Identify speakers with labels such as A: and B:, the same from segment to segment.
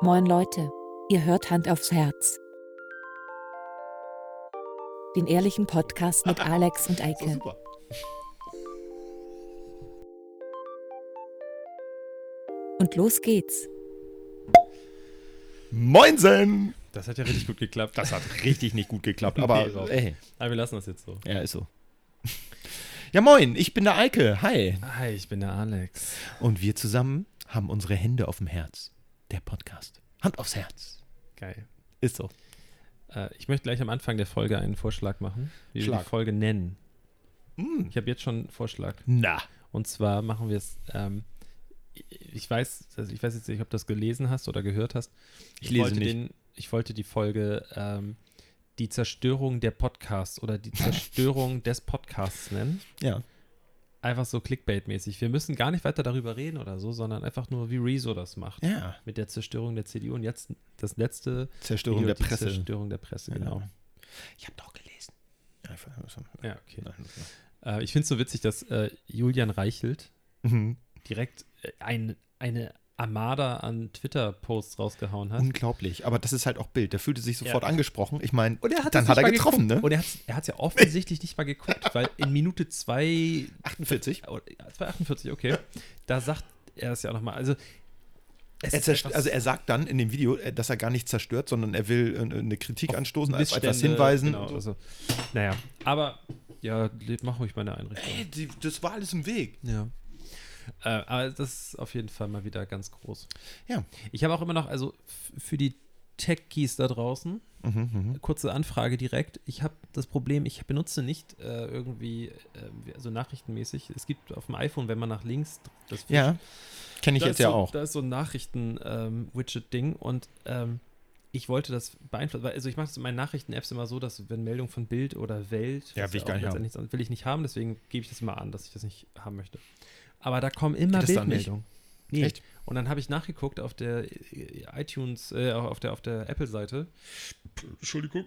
A: Moin Leute, ihr hört Hand aufs Herz. Den ehrlichen Podcast mit Alex und
B: So,
A: Eike.
B: Oh, super.
A: Und los geht's.
B: Moinsen!
C: Das hat ja richtig gut geklappt.
B: Das hat richtig nicht gut geklappt,
C: Nee,
B: aber
C: überhaupt
B: ey.
C: Aber wir lassen das jetzt so.
B: Ja, ist so. Ja, moin, ich bin der Eike. Hi.
C: Hi, ich bin der Alex.
B: Und wir zusammen haben unsere Hände auf dem Herz. Der Podcast. Hand aufs Herz.
C: Geil.
B: Ist so.
C: Äh, ich möchte gleich am Anfang der Folge einen Vorschlag machen, wie wir
B: Schlag.
C: die Folge nennen.
B: Mm.
C: Ich habe jetzt schon einen Vorschlag.
B: Na,
C: Und zwar machen wir es. Ähm, ich weiß, also ich weiß jetzt nicht, ob du das gelesen hast oder gehört hast.
B: Ich lese
C: wollte
B: nicht.
C: Den, ich wollte die Folge ähm, die Zerstörung der Podcasts oder die Zerstörung des Podcasts nennen.
B: ja.
C: Einfach so Clickbait-mäßig. Wir müssen gar nicht weiter darüber reden oder so, sondern einfach nur, wie Rezo das macht.
B: Ja.
C: mit der Zerstörung der CDU und jetzt das letzte
B: Zerstörung
C: Video,
B: der
C: die
B: Presse.
C: Zerstörung der Presse,
B: Ja.
C: genau.
B: Ich habe doch gelesen. Ja, ich weiß,
C: Ja, okay.
B: nein,
C: Äh, ich finde es so witzig, dass äh, Julian Reichelt
B: mhm.
C: direkt äh, ein, eine Armada an Twitter-Posts rausgehauen hat.
B: Unglaublich. Aber das ist halt auch Bild. Der fühlte sich sofort
C: Ja.
B: angesprochen. Ich meine, dann
C: es
B: hat
C: nicht
B: er
C: mal
B: getroffen,
C: geguckt.
B: ne?
C: Und er hat es er hat's ja offensichtlich nicht mal geguckt, weil in Minute zwei
B: 48.
C: oder, ja, 2,48, okay, da sagt er es ja nochmal. Also, es
B: Er
C: ist
B: zerst-
C: etwas-
B: also er sagt dann in dem Video, äh, dass er gar nicht zerstört, sondern er will äh, eine Kritik
C: auf
B: anstoßen, auf etwas
C: Missstände,
B: hinweisen.
C: Genau, also, naja, aber ja, mach ruhig meine Einrichtung.
B: Ey, die, das war alles im Weg.
C: Ja. Äh, aber das ist auf jeden Fall mal wieder ganz groß.
B: Ja.
C: Ich habe auch immer noch, also f- für die Techies da draußen,
B: Mhm,
C: kurze Anfrage direkt. Ich habe das Problem, ich benutze nicht äh, irgendwie, äh, wie- also nachrichtenmäßig. Es gibt auf dem iPhone, wenn man nach links das
B: Ja, kenne ich
C: da
B: jetzt
C: ist
B: ja
C: so,
B: auch.
C: Da ist so ein Nachrichten-Widget-Ding und ähm, ich wollte das beeinflussen. weil- Also ich mache das in meinen Nachrichten-Apps immer so, dass wenn Meldung von Bild oder Welt,
B: Ja,
C: was
B: will ich gar
C: auch
B: nicht haben.
C: letztendlich ist, will ich nicht haben, deswegen gebe ich das mal an, dass ich das nicht haben möchte. Aber da kommen immer
B: Geht das dann nicht?
C: Bildmeldungen. Nee.
B: Echt?
C: Und dann habe ich nachgeguckt auf der äh, iTunes, äh, auf der, auf der Apple-Seite.
B: Entschuldigung.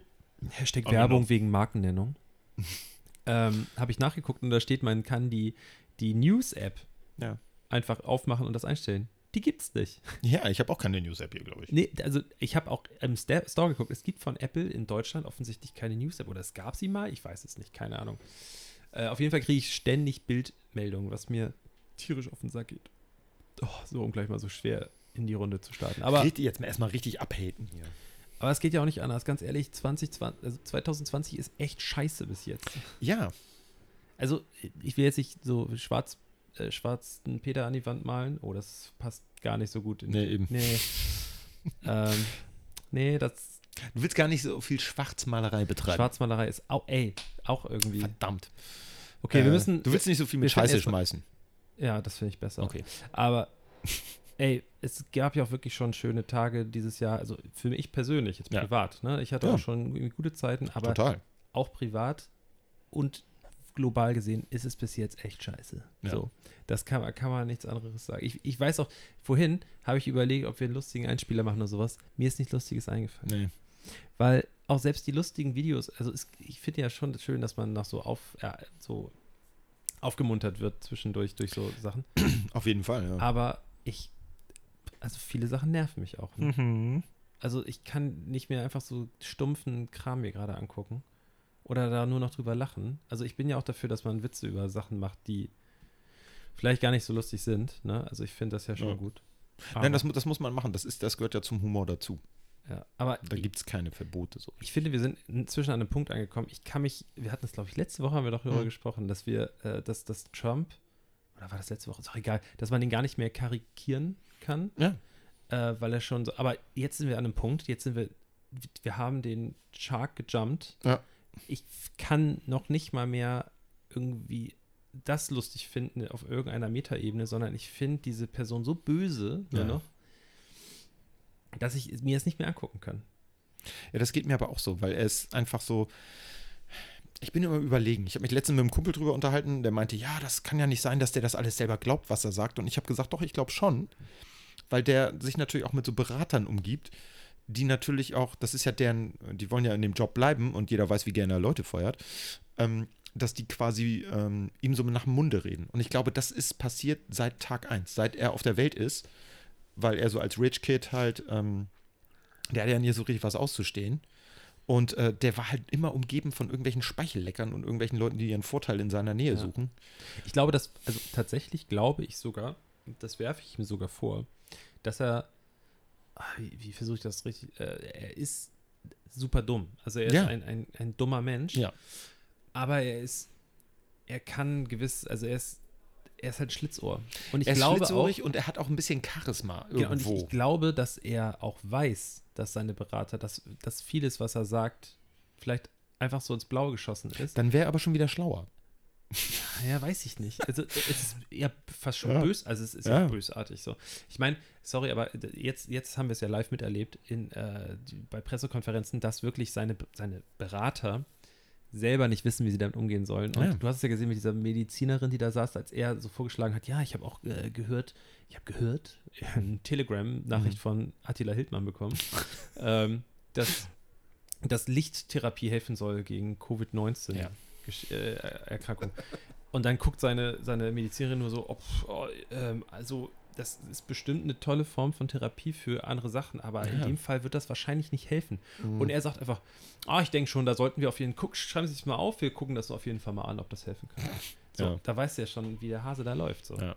C: Hashtag
B: Oh,
C: Werbung wegen Markennennung. ähm, habe ich nachgeguckt und da steht, man kann die, die News-App
B: Ja.
C: einfach aufmachen und das einstellen. Die gibt's nicht.
B: Ja, ich habe auch keine News-App hier, glaube ich.
C: Nee, also ich habe auch im Sta- Store geguckt. Es gibt von Apple in Deutschland offensichtlich keine News-App. Oder es gab sie mal, ich weiß es nicht, keine Ahnung. Äh, auf jeden Fall kriege ich ständig Bildmeldungen, was mir tierisch auf den Sack geht. Oh, so, um gleich mal so schwer in die Runde zu starten. Aber,
B: richtig, jetzt mal erstmal richtig abhaten hier.
C: aber es geht ja auch nicht anders. Ganz ehrlich, 2020, also 2020 ist echt scheiße bis jetzt.
B: Ja,
C: Also, ich will jetzt nicht so schwarz, äh, schwarzen Peter an die Wand malen. Oh, das passt gar nicht so gut. In,
B: Nee, eben.
C: Nee. ähm, nee, das
B: du willst gar nicht so viel Schwarzmalerei betreiben.
C: Schwarzmalerei ist auch, ey, auch irgendwie.
B: Verdammt.
C: Okay,
B: Äh,
C: wir müssen.
B: Du willst nicht so viel
C: wir
B: mit
C: finden
B: Scheiße
C: erst mal-
B: schmeißen.
C: Ja, das finde ich besser. Aber, ey, es gab ja auch wirklich schon schöne Tage dieses Jahr. Also für mich persönlich, jetzt
B: Ja.
C: privat. Ne? Ich hatte
B: Ja.
C: auch schon irgendwie gute Zeiten, aber
B: Total.
C: auch privat und global gesehen ist es bis jetzt echt scheiße.
B: Ja.
C: So, das kann, man- kann man nichts anderes sagen. Ich, ich weiß auch, vorhin habe ich überlegt, ob wir einen lustigen Einspieler machen oder sowas. Mir ist nichts Lustiges eingefallen.
B: Nee.
C: Weil auch selbst die lustigen Videos, also es, ich finde ja schon schön, dass man nach so auf, ja, so aufgemuntert wird zwischendurch durch so Sachen.
B: Auf jeden Fall, ja.
C: Aber ich, also viele Sachen nerven mich auch. Ne?
B: Mhm.
C: Also ich kann nicht mehr einfach so stumpfen Kram mir gerade angucken. Oder da nur noch drüber lachen. Also ich bin ja auch dafür, dass man Witze über Sachen macht, die vielleicht gar nicht so lustig sind. Ne? Also ich finde das ja schon
B: Ja.
C: gut.
B: Nein, das, mu- das muss man machen. Das, ist, das gehört ja zum Humor dazu.
C: ja, aber
B: Da gibt es keine Verbote so.
C: ich finde, wir sind inzwischen an einem Punkt angekommen. Ich kann mich, wir hatten es, glaube ich, letzte Woche haben wir doch darüber
B: Mhm.
C: gesprochen, dass wir, äh, dass, dass Trump, oder war das letzte Woche, ist auch egal, dass man den gar nicht mehr karikieren kann,
B: Ja.
C: äh, weil er schon so, aber jetzt sind wir an einem Punkt, jetzt sind wir, wir haben den Shark gejumpt.
B: Ja.
C: Ich f- kann noch nicht mal mehr irgendwie das lustig finden auf irgendeiner Metaebene, sondern ich finde diese Person so böse nur
B: Ja.
C: noch, dass ich mir es nicht mehr angucken kann.
B: Ja, das geht mir aber auch so, weil er ist einfach so. Ich bin immer überlegen. Ich habe mich letztens mit einem Kumpel drüber unterhalten, der meinte, ja, das kann ja nicht sein, dass der das alles selber glaubt, was er sagt. Und ich habe gesagt, doch, ich glaube schon, weil der sich natürlich auch mit so Beratern umgibt, die natürlich auch, das ist ja deren, die wollen ja in dem Job bleiben und jeder weiß, wie gerne er Leute feuert, ähm, dass die quasi ähm, ihm so nach dem Munde reden. Und ich glaube, das ist passiert seit Tag eins, seit er auf der Welt ist, weil er so als Rich Kid halt, ähm, der hatte ja nie so richtig was auszustehen. Und äh, der war halt immer umgeben von irgendwelchen Speichelleckern und irgendwelchen Leuten, die ihren Vorteil in seiner Nähe
C: Ja.
B: suchen.
C: Ich glaube, dass, also tatsächlich glaube ich sogar, und das werfe ich ihm sogar vor, dass er, ah, wie, wie versuche ich das richtig, äh, er ist super dumm. Also er
B: Ja.
C: ist ein, ein, ein dummer Mensch,
B: Ja.
C: aber er ist, er kann gewiss, also er ist, er ist halt Schlitzohr. Und ich
B: er ist
C: glaube auch,
B: schlitzohrig und er hat auch ein bisschen Charisma
C: Ja, und ich,
B: irgendwo.
C: ich glaube, dass er auch weiß, dass seine Berater, dass, dass vieles, was er sagt, vielleicht einfach so ins Blaue geschossen ist.
B: Dann wäre er aber schon wieder schlauer.
C: Ja, weiß ich nicht. Also es ist eher fast schon
B: Ja.
C: bös, also es ist ja.
B: Ja.
C: bösartig so. Ich meine, sorry, aber jetzt, jetzt haben wir es ja live miterlebt in, äh, die, bei Pressekonferenzen, dass wirklich seine, seine Berater selber nicht wissen, wie sie damit umgehen sollen. Und
B: Ja.
C: du hast es ja gesehen mit dieser Medizinerin, die da saß, als er so vorgeschlagen hat, ja, ich habe auch äh, gehört, ich habe gehört, eine Telegram-Nachricht
B: Mhm.
C: von Attila Hildmann bekommen, ähm, dass, dass Lichttherapie helfen soll gegen Covid-19.
B: Ja.
C: Gesch- äh, Erkrankung. Und dann guckt seine, seine Medizinerin nur so, oh, pf, oh, ähm, also das ist bestimmt eine tolle Form von Therapie für andere Sachen, aber in
B: Ja. Mhm.
C: dem Fall wird das wahrscheinlich nicht helfen. Und er sagt einfach, ah, ich denke schon, da sollten wir auf jeden Fall, guck, schreiben Sie sich mal auf, wir gucken das auf jeden Fall mal an, ob das helfen kann. So,
B: Ja.
C: da weißt du ja schon, wie der Hase da läuft. So.
B: Ja.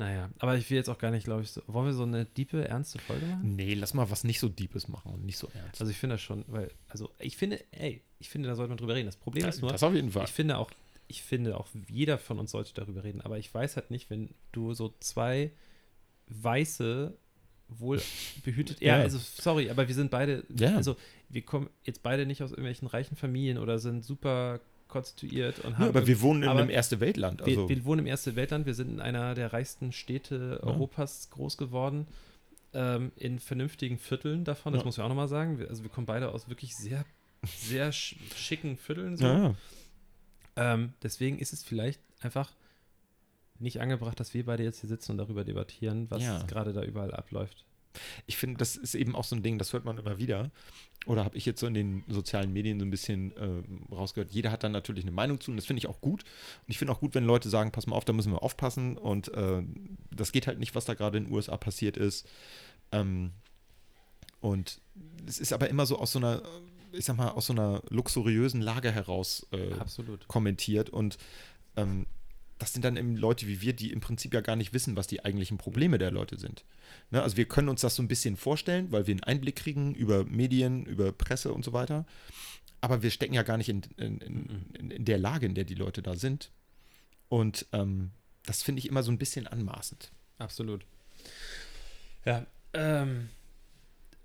C: Naja, aber ich will jetzt auch gar nicht, glaube ich, so, wollen wir so eine diepe, ernste Folge machen?
B: Nee, lass mal was nicht so Deepes machen und nicht so ernst.
C: Also ich finde das schon, weil, also ich finde, ey, ich finde, da sollte man drüber reden. Das Problem ist nur,
B: das auf jeden Fall.
C: ich finde auch, ich finde auch, jeder von uns sollte darüber reden, aber ich weiß halt nicht, wenn du so zwei weiße, wohl behütet. Ja,
B: Ja.
C: also sorry, aber wir sind beide,
B: Ja.
C: also wir kommen jetzt beide nicht aus irgendwelchen reichen Familien oder sind super konstituiert und haben.
B: Ja, aber wir wohnen in
C: aber
B: einem Erste-Welt-Land.
C: wir,
B: Also,
C: wir wohnen im Ersten Weltland, wir sind in einer der reichsten Städte
B: Ja.
C: Europas groß geworden. Ähm, in vernünftigen Vierteln davon, das
B: Ja.
C: muss ich auch nochmal sagen. Wir, also wir kommen beide aus wirklich sehr, sehr sch schicken Vierteln. So.
B: ja,
C: Ähm, deswegen ist es vielleicht einfach nicht angebracht, dass wir beide jetzt hier sitzen und darüber debattieren, was
B: Ja.
C: gerade da überall abläuft.
B: ich finde, das ist eben auch so ein Ding, das hört man immer wieder. Oder habe ich jetzt so in den sozialen Medien so ein bisschen äh, rausgehört. Jeder hat dann natürlich eine Meinung zu und das finde ich auch gut. Und ich finde auch gut, wenn Leute sagen, pass mal auf, da müssen wir aufpassen und äh, das geht halt nicht, was da gerade in den USA passiert ist. Ähm, und es ist aber immer so aus so einer, ich sag mal, aus so einer luxuriösen Lage heraus äh,
C: Absolut.
B: kommentiert und ähm, das sind dann eben Leute wie wir, die im Prinzip ja gar nicht wissen, was die eigentlichen Probleme der Leute sind. Ne? Also wir können uns das so ein bisschen vorstellen, weil wir einen Einblick kriegen über Medien, über Presse und so weiter. Aber wir stecken ja gar nicht in, in, in, in, in der Lage, in der die Leute da sind. Und ähm, das finde ich immer so ein bisschen anmaßend.
C: Absolut. Ja. Ähm,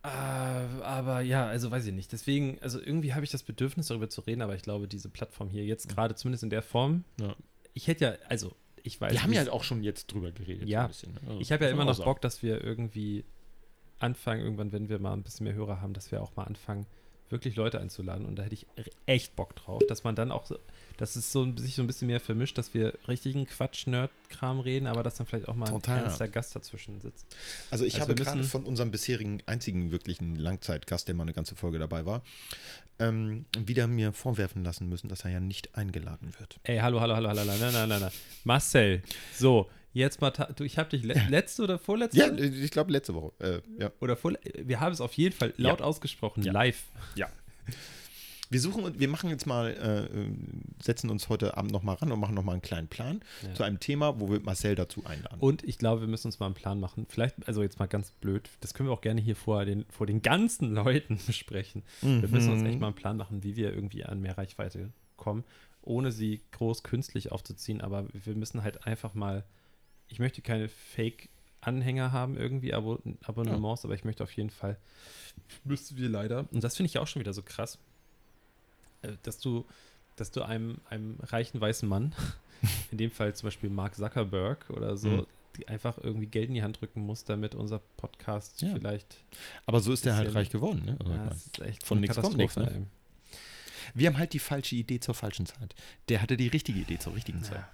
C: äh, aber ja, also weiß ich nicht. Deswegen, also irgendwie habe ich das Bedürfnis, darüber zu reden, aber ich glaube, diese Plattform hier jetzt gerade, zumindest in der Form,
B: Ja.
C: ich hätte ja, also ich weiß
B: wir haben
C: wie
B: ja
C: es-
B: auch schon jetzt drüber geredet.
C: Ja.
B: so ein bisschen, ne? Also,
C: ich habe ja
B: muss
C: immer
B: man auch
C: noch
B: sagen.
C: Bock, dass wir irgendwie anfangen, irgendwann, wenn wir mal ein bisschen mehr Hörer haben, dass wir auch mal anfangen, wirklich Leute einzuladen. Und da hätte ich re- echt Bock drauf, dass man dann auch, so, dass es so, ein- sich so ein bisschen mehr vermischt, dass wir richtigen Quatsch-Nerd-Kram reden, aber dass dann vielleicht auch mal
B: Total,
C: ein
B: ja.
C: ernster Gast dazwischen sitzt.
B: Also ich
C: Also
B: habe
C: wir
B: gerade
C: müssen-
B: von unserem bisherigen einzigen wirklichen Langzeitgast, der mal eine ganze Folge dabei war, ähm, wieder mir vorwerfen lassen müssen, dass er ja nicht eingeladen wird.
C: Ey, hallo, hallo, hallo, hallo, hallo, nein, nein, nein, nein. Marcel, so, jetzt mal, ta- du, ich habe dich le letzte oder vorletzte?
B: Ja, ich glaube letzte Woche. Äh, ja.
C: Oder vorle wir haben es auf jeden Fall laut ausgesprochen,
B: Ja.
C: live.
B: Wir suchen und wir machen jetzt mal, äh, setzen uns heute Abend nochmal ran und machen nochmal einen kleinen Plan
C: Ja.
B: zu einem Thema, wo wir Marcel dazu einladen.
C: Und ich glaube, wir müssen uns mal einen Plan machen. Vielleicht, also jetzt mal ganz blöd, das können wir auch gerne hier vor den, vor den ganzen Leuten besprechen. Wir müssen
B: Mhm.
C: uns echt mal einen Plan machen, wie wir irgendwie an mehr Reichweite kommen, ohne sie groß künstlich aufzuziehen. Aber wir müssen halt einfach mal, ich möchte keine Fake-Anhänger haben irgendwie, Abo Abonnements, aber ich möchte auf jeden Fall, müssten wir leider, und das finde ich ja auch schon wieder so krass, äh, dass du, dass du einem, einem reichen weißen Mann in dem Fall zum Beispiel Mark Zuckerberg oder so,
B: Mhm.
C: die einfach irgendwie Geld in die Hand drücken muss, damit unser Podcast
B: Ja.
C: vielleicht.
B: Aber so ist der halt
C: bisschen-
B: reich geworden. Ne? Also,
C: Ja,
B: ich
C: es ist echt
B: Von
C: eine
B: nichts ne? kommt
C: Katastrophe,
B: nichts, mein, wir haben halt die falsche Idee zur falschen Zeit. Der hatte die richtige Idee zur richtigen
C: ey.
B: Zeit.
C: Ja.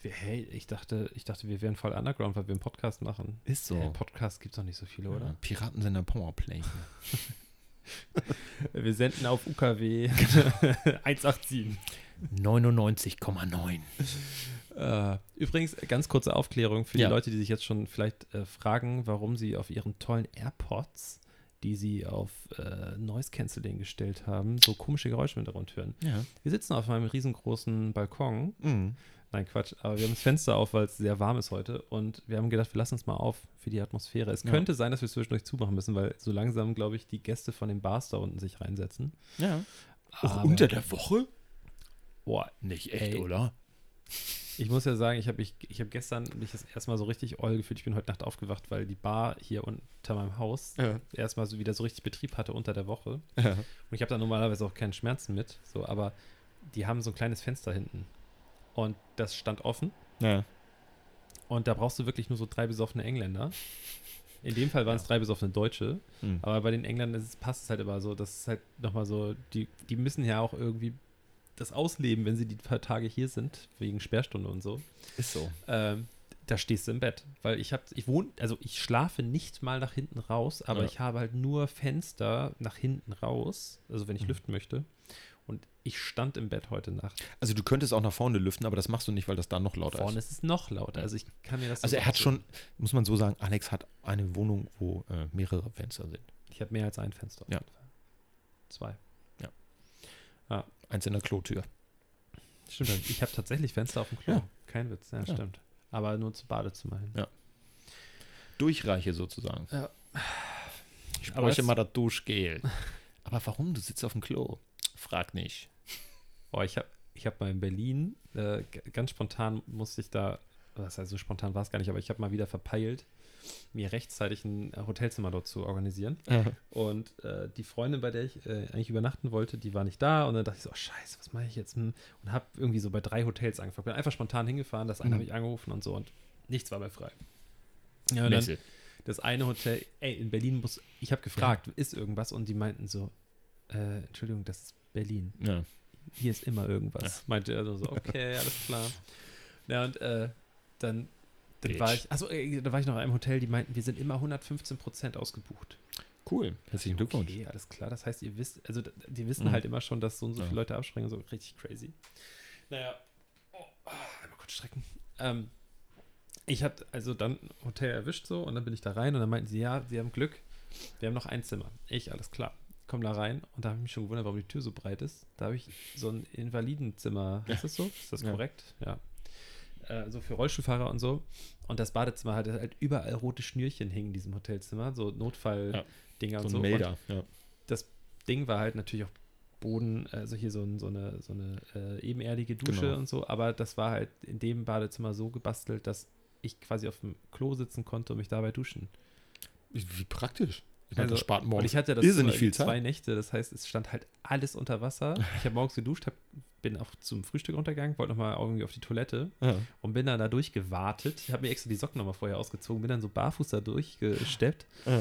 C: Wir, hey, ich dachte, ich dachte, wir wären voll underground, weil wir einen Podcast machen.
B: Ist so.
C: Hey, Podcasts gibt es noch nicht so viele,
B: Ja,
C: oder?
B: Piratensender Powerplay.
C: Wir senden auf UKW 187.
B: 99,9.
C: Äh, übrigens, ganz kurze Aufklärung für
B: Ja.
C: die Leute, die sich jetzt schon vielleicht äh, fragen, warum sie auf ihren tollen AirPods, die sie auf äh, Noise Cancelling gestellt haben, so komische Geräusche im Hintergrund hören.
B: Ja.
C: Wir sitzen auf einem riesengroßen Balkon.
B: Mhm.
C: Nein, Quatsch, aber wir haben das Fenster auf, weil es sehr warm ist heute. Und wir haben gedacht, wir lassen es mal auf für die Atmosphäre. Es
B: Ja.
C: könnte sein, dass wir es zwischendurch zumachen müssen, weil so langsam, glaube ich, die Gäste von den Bars da unten sich reinsetzen.
B: ja.
C: Aber-
B: der Woche?
C: Boah,
B: Nicht
C: Ey.
B: oder?
C: Ich muss ja sagen, ich habe mich, ich habe gestern mich das erstmal so richtig oll gefühlt. Ich bin heute Nacht aufgewacht, weil die Bar hier unter meinem Haus
B: Ja.
C: erstmal so wieder so richtig Betrieb hatte unter der Woche. Und
B: ja.
C: ich habe da normalerweise auch keinen Schmerzen mit, so, aber die haben so ein kleines Fenster hinten. Und das stand offen.
B: ja.
C: Und da brauchst du wirklich nur so drei besoffene Engländer. In dem Fall waren es drei besoffene Deutsche.
B: Mhm.
C: Aber bei den Engländern ist es, passt es halt immer so. Das ist halt nochmal so, die, die müssen ja auch irgendwie das ausleben, wenn sie die paar Tage hier sind, wegen Sperrstunde und so.
B: Ist so.
C: ähm, da stehst du im Bett, weil ich habe, ich wohne, also ich schlafe nicht mal nach hinten raus, aber
B: Ja.
C: ich habe halt nur Fenster nach hinten raus, also
B: Hm.
C: wenn ich lüften möchte. Und ich stand im Bett heute Nacht.
B: Also du könntest auch nach vorne lüften, aber das machst du nicht, weil das dann noch lauter
C: Vorne
B: ist.
C: ist es noch lauter, also ich kann mir das.
B: Also
C: so
B: er hat
C: vorstellen.
B: schon, muss man so sagen, Alex hat eine Wohnung, wo äh, mehrere Fenster sind.
C: Ich habe mehr als ein Fenster. auf
B: Ja.
C: jeden Fall. Zwei.
B: Eins in der Klotür.
C: Stimmt. Ich habe tatsächlich Fenster auf dem Klo.
B: Ja.
C: Kein Witz, ja,
B: Ja.
C: stimmt. Aber nur zu Badezimmer hin.
B: Ja. Durchreiche sozusagen.
C: Ja.
B: Ich
C: Aber
B: bräuchte
C: es-
B: mal das Duschgel. Aber warum? Du sitzt auf dem Klo. Frag nicht.
C: Boah, ich habe ich hab mal in Berlin, äh, g- ganz spontan musste ich da, was heißt so spontan war es gar nicht, aber ich habe mal wieder verpeilt, mir rechtzeitig ein äh, Hotelzimmer dort zu organisieren. Und äh, die Freundin, bei der ich äh, eigentlich übernachten wollte, die war nicht da. Und dann dachte ich so, oh, scheiße, was mache ich jetzt? Hm. Und habe irgendwie so bei drei Hotels angefangen. Bin einfach spontan hingefahren, das eine
B: Mhm.
C: habe ich angerufen und so. Und nichts war bei frei. Ja, und dann,
B: Messe.
C: das eine Hotel, ey, in Berlin muss, ich habe gefragt, ist irgendwas? Und die meinten so, äh, Entschuldigung, das ist Berlin
B: Ja.
C: hier ist immer irgendwas. Meinte er so, so, okay, alles klar. Ja, und äh, dann, dann
B: Bitch.
C: war ich, also äh, da war ich noch in einem Hotel, die meinten, wir sind immer 115 Prozent ausgebucht.
B: Cool. Herzlichen Glückwunsch.
C: Okay, alles klar. Das heißt, ihr wisst, also d- die wissen
B: Mhm.
C: halt immer schon, dass so und so
B: Ja.
C: viele Leute abspringen, so richtig crazy. Naja, oh, ah, einmal kurz strecken. Ähm, ich hatte also dann Hotel erwischt so und dann bin ich da rein und dann meinten sie, ja, sie haben Glück, wir haben noch ein Zimmer. Ich, alles klar. Komm da rein und da habe ich mich schon gewundert, warum die Tür so breit ist. Da habe ich so ein Invalidenzimmer, ist das so? Ist das
B: Ja.
C: korrekt? Ja. Äh, so für Rollstuhlfahrer und so. Und das Badezimmer hatte halt überall rote Schnürchen hingen in diesem Hotelzimmer, so
B: Ja.
C: Notfall-Dinger und
B: So
C: so.
B: ein
C: Und
B: Melder. Ja.
C: das Ding war halt natürlich auch Boden, also hier so, ein, so eine, so eine äh, ebenerdige Dusche
B: Genau.
C: und so, aber das war halt in dem Badezimmer so gebastelt, dass ich quasi auf dem Klo sitzen konnte und mich dabei duschen.
B: Wie wie praktisch. Ich
C: Also,
B: spart
C: und
B: morgens
C: ich hatte das
B: irrsinnig
C: so
B: viel
C: zwei
B: Zeit.
C: Nächte, das heißt, es stand halt alles unter Wasser. Ich habe morgens geduscht, hab, bin auch zum Frühstück runtergegangen, wollte nochmal irgendwie auf die Toilette
B: Ja.
C: und bin dann da durchgewartet. Ich habe mir extra die Socken nochmal vorher ausgezogen, bin dann so barfuß da durchgesteppt
B: Ja.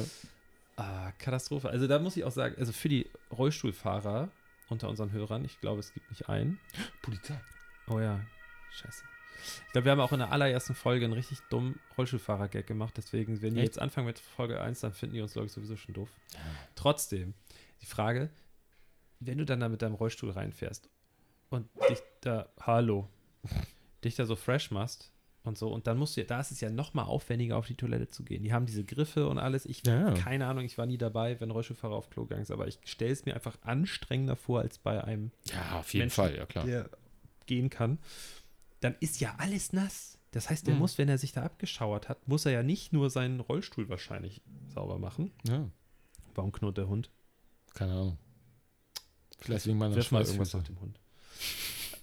C: Ah, Katastrophe. Also da muss ich auch sagen, also für die Rollstuhlfahrer unter unseren Hörern, ich glaube, es gibt nicht einen.
B: Polizei.
C: Oh ja, scheiße. Ich glaube, wir haben auch in der allerersten Folge einen richtig dummen Rollstuhlfahrer-Gag gemacht. Deswegen, wenn die
B: Echt?
C: jetzt anfangen mit Folge 1, dann finden die uns, glaube ich, sowieso schon doof. Trotzdem, die Frage, wenn du dann da mit deinem Rollstuhl reinfährst und dich da, hallo, dich da so fresh machst und so, und dann musst du ja, da ist es ja nochmal aufwendiger, auf die Toilette zu gehen. Die haben diese Griffe und alles. Ich
B: Ja. ja.
C: keine Ahnung, ich war nie dabei, wenn Rollstuhlfahrer auf Klo gegangen ist, aber ich stelle es mir einfach anstrengender vor, als bei einem,
B: Ja, auf jeden
C: Menschen-
B: Fall. Ja, klar.
C: der gehen kann. Dann ist ja alles nass. Das heißt, der
B: Mhm.
C: muss, wenn er sich da abgeschauert hat, muss er ja nicht nur seinen Rollstuhl wahrscheinlich sauber machen.
B: Ja.
C: Warum knurrt der Hund?
B: Keine Ahnung. Vielleicht wegen meiner
C: Wirf
B: Stimme
C: mal irgendwas
B: irgendwas.
C: nach dem Hund.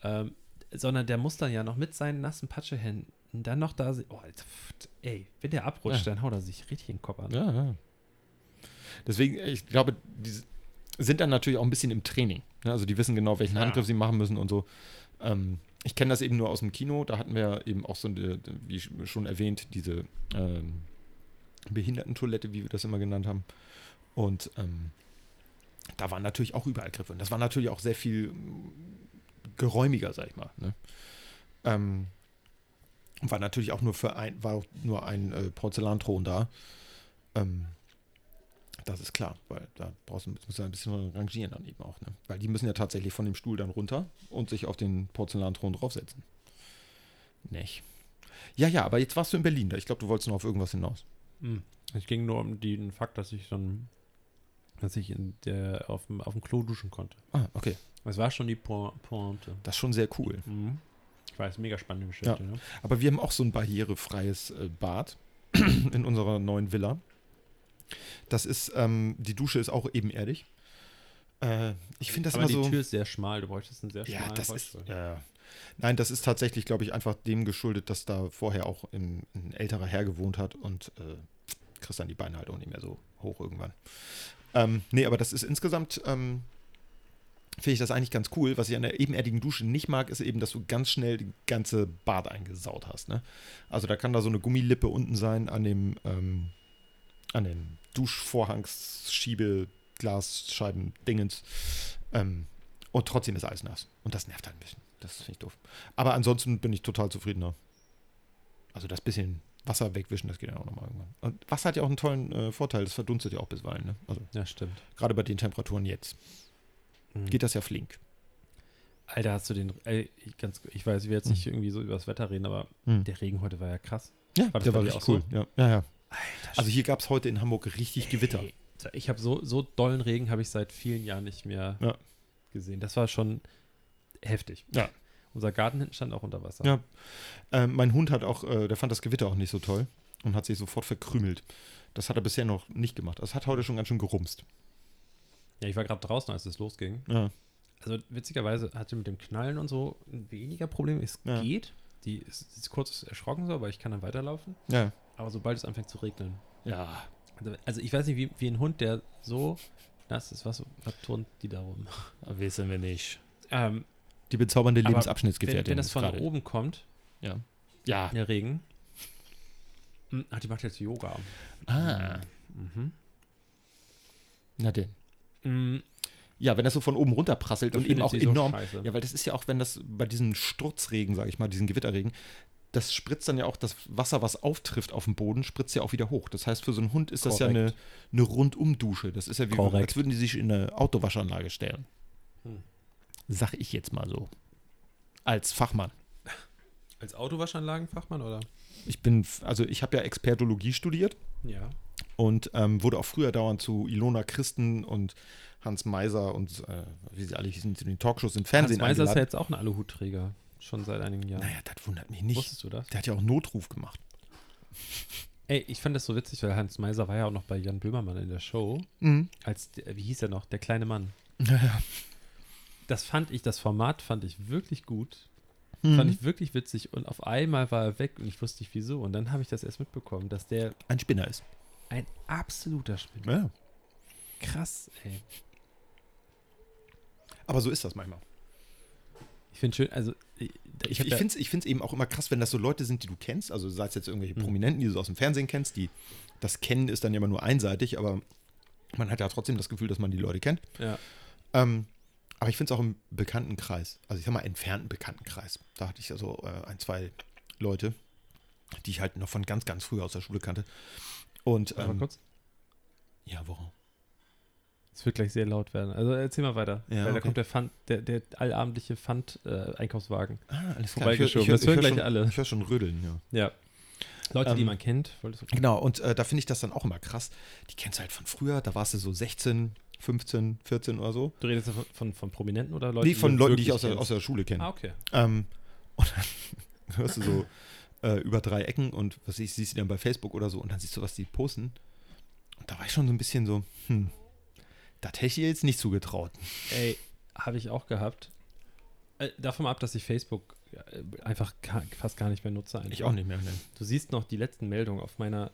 C: Ähm, sondern der muss dann ja noch mit seinen nassen Patschehänden dann noch da. si- Oh, Alter, pft, ey, wenn der abrutscht, dann haut er sich richtig den Kopf an.
B: Ja, ja. Deswegen, ich glaube, die sind dann natürlich auch ein bisschen im Training. Ne? Also die wissen genau, welchen
C: Ja.
B: Handgriff sie machen müssen und so. Ähm, ich kenne das eben nur aus dem Kino. Da hatten wir eben auch so, eine, wie sch- schon erwähnt, diese ähm, Behindertentoilette, wie wir das immer genannt haben. Und ähm, da waren natürlich auch überall Griffe. Und das war natürlich auch sehr viel mm, geräumiger, sag ich mal. Ne? Ähm, und war natürlich auch nur für ein, war auch nur ein äh, Porzellanthron da. Ähm, das ist klar, weil da brauchst du, musst du ein bisschen rangieren dann eben auch. Ne? Weil die müssen ja tatsächlich von dem Stuhl dann runter und sich auf den Porzellanthron draufsetzen. Nicht. Ja, ja, aber jetzt warst du in Berlin da. Ich glaube, du wolltest noch auf irgendwas hinaus.
C: Hm. Es ging nur um den Fakt, dass ich dann, dass ich in der, auf, dem, auf dem Klo duschen konnte.
B: Ah, okay.
C: Es war schon die Por- Pointe.
B: Das ist schon sehr cool.
C: Mhm. Ich weiß, mega spannende Geschichte. Ne?
B: Aber wir haben auch so ein barrierefreies äh, Bad in unserer neuen Villa. Das ist, ähm, die Dusche ist auch ebenerdig. Äh, ich finde das
C: Aber
B: mal
C: die
B: so.
C: Tür ist sehr schmal, du bräuchtest einen sehr schmalen
B: ja, das ist.
C: Rollstuhl.
B: Ja. ja. Nein, das ist tatsächlich, glaube ich, einfach dem geschuldet, dass da vorher auch im, ein älterer Herr gewohnt hat und äh, kriegst dann die Beine halt auch nicht mehr so hoch irgendwann. Ähm, nee, aber das ist insgesamt, ähm, finde ich das eigentlich ganz cool. Was ich an der ebenerdigen Dusche nicht mag, ist eben, dass du ganz schnell die ganze Bad eingesaut hast. Ne? Also da kann da so eine Gummilippe unten sein an dem, ähm, an dem Duschvorhangs-Schiebeglasscheiben-Dingens. Ähm, und trotzdem ist alles nass. Und das nervt halt ein bisschen. Das finde ich doof. Aber ansonsten bin ich total zufriedener. Also das bisschen Wasser wegwischen, das geht ja auch nochmal irgendwann. Und Wasser hat ja auch einen tollen äh, Vorteil, das verdunstet ja auch bisweilen. Ne? Also
C: Ja, stimmt. Hm.
B: gerade bei den Temperaturen jetzt geht das ja flink.
C: Alter, hast du den. Ey, ich, ganz, ich weiß, ich will jetzt
B: Hm.
C: nicht irgendwie so über das Wetter reden, aber
B: Mhm.
C: der Regen heute war ja krass.
B: Ja,
C: War das
B: der war
C: bei dir
B: richtig
C: auch
B: cool. Ja. Ja, ja.
C: Alter,
B: Also hier gab es heute in Hamburg richtig Gewitter.
C: Ey, Ich habe so, so dollen Regen habe ich seit vielen Jahren nicht mehr
B: Ja.
C: gesehen. Das war schon heftig.
B: Ja.
C: Unser Garten hinten stand auch unter Wasser.
B: Ja. Ähm, mein Hund hat auch, äh, der fand das Gewitter auch nicht so toll und hat sich sofort verkrümelt. Das hat er bisher noch nicht gemacht. Das hat heute schon ganz schön gerumst.
C: Ja, ich war gerade draußen, als es losging.
B: Ja.
C: Also witzigerweise hatte mit dem Knallen und so weniger Probleme. Es
B: Ja.
C: geht. Die ist, ist kurz erschrocken so, aber ich kann dann weiterlaufen.
B: Ja.
C: Aber sobald es anfängt zu regnen.
B: Ja.
C: Also, also ich weiß nicht, wie, wie ein Hund, der so nass ist, was, was turnt die da rum?
B: Wissen wir nicht.
C: Ähm,
B: Die bezaubernde
C: Aber wenn,
B: Lebensabschnittsgefährtin.
C: wenn das
B: ist
C: von da
B: gerade-
C: oben kommt,
B: Ja. Ja.
C: der Regen. Hm, Ach, die macht jetzt Yoga.
B: Ah.
C: Mhm.
B: Na denn.
C: Mhm.
B: Ja, wenn das so von oben runterprasselt und eben auch enorm.
C: scheiße.
B: ja, weil das ist ja auch, wenn das bei diesem Sturzregen, sage ich mal, diesen Gewitterregen, das spritzt dann ja auch das Wasser, was auftrifft auf dem Boden, spritzt ja auch wieder hoch. Das heißt, für so einen Hund ist das ja eine,
C: Korrekt.
B: eine Rundumdusche. Das ist ja wie,
C: Korrekt.
B: als würden die sich in eine Autowaschanlage stellen.
C: Hm.
B: Sag ich jetzt mal so. Als Fachmann.
C: Als Autowaschanlagenfachmann oder?
B: Ich bin, f- also ich habe ja Expertologie studiert.
C: Ja.
B: Und ähm, wurde auch früher dauernd zu Ilona Christen und Hans Meiser und äh, wie sie alle hießen, zu den Talkshows im
C: Hans
B: Fernsehen
C: Meiser ist ja
B: eingeladen.
C: jetzt auch ein Aluhutträger. Schon seit einigen Jahren.
B: Naja, das wundert mich nicht.
C: Wusstest du das?
B: Der hat ja auch einen Notruf gemacht.
C: Ey, ich fand das so witzig, weil Hans Meiser war ja auch noch bei Jan Böhmermann in der Show. Als, der- wie hieß er noch? Der kleine Mann.
B: Naja.
C: Das fand ich, das Format fand ich wirklich gut.
B: Mhm.
C: Fand ich wirklich witzig. Und auf einmal war er weg und ich wusste nicht wieso. Und dann habe ich das erst mitbekommen, dass der
B: Ein Spinner ist.
C: ein absoluter Spinner.
B: Ja.
C: Krass, ey.
B: Aber so ist das manchmal.
C: Ich finde schön, also ich, ich,
B: Ich,
C: hab
B: ich
C: ja-
B: finde es ich find's eben auch immer krass, wenn das so Leute sind, die du kennst. Also sei es jetzt irgendwelche
C: Mhm.
B: Prominenten, die du so aus dem Fernsehen kennst. Die, das Kennen ist dann ja immer nur einseitig, aber man hat ja trotzdem das Gefühl, dass man die Leute kennt.
C: ja,
B: Ähm, aber ich finde es auch im Bekanntenkreis, also ich sag mal entfernten Bekanntenkreis. Da hatte ich ja so äh, ein, zwei Leute, die ich halt noch von ganz, ganz früh aus der Schule kannte. Und
C: warte mal
B: ähm,
C: kurz.
B: ja, warum?
C: Es wird gleich sehr laut werden. Also erzähl mal weiter.
B: Ja,
C: weil da
B: okay.
C: kommt der Pfand, der, der allabendliche äh, Pfand-Einkaufswagen.
B: Ah, alles
C: klar. Ich hör- ich hör- ich hör
B: gleich
C: schon-
B: alle.
C: ich
B: höre schon Rödeln, ja.
C: ja. Leute, die
B: Ähm,
C: man kennt, wolltest du
B: Genau, und äh, da finde ich das dann auch immer krass. Die kennst du halt von früher, da warst du so 16, 15, 14 oder so.
C: Du redest ja von, von, von Prominenten oder Leuten?
B: nee, von
C: du
B: Leuten, die ich
C: wirklich
B: aus der,
C: kennst?
B: aus der Schule kenne.
C: Ah, okay.
B: Ähm, und dann hörst du so äh, über drei Ecken und was weiß ich, siehst du dann bei Facebook oder so und dann siehst du, was die posten. Und da war ich schon so ein bisschen so, hm, das hätte ich ihr jetzt nicht zugetraut.
C: Ey, habe ich auch gehabt. Äh, davon ab, dass ich Facebook äh, einfach ka- fast gar nicht mehr nutze. Eigentlich.
B: nicht mehr. Ne?
C: Du siehst noch die letzten Meldungen auf meiner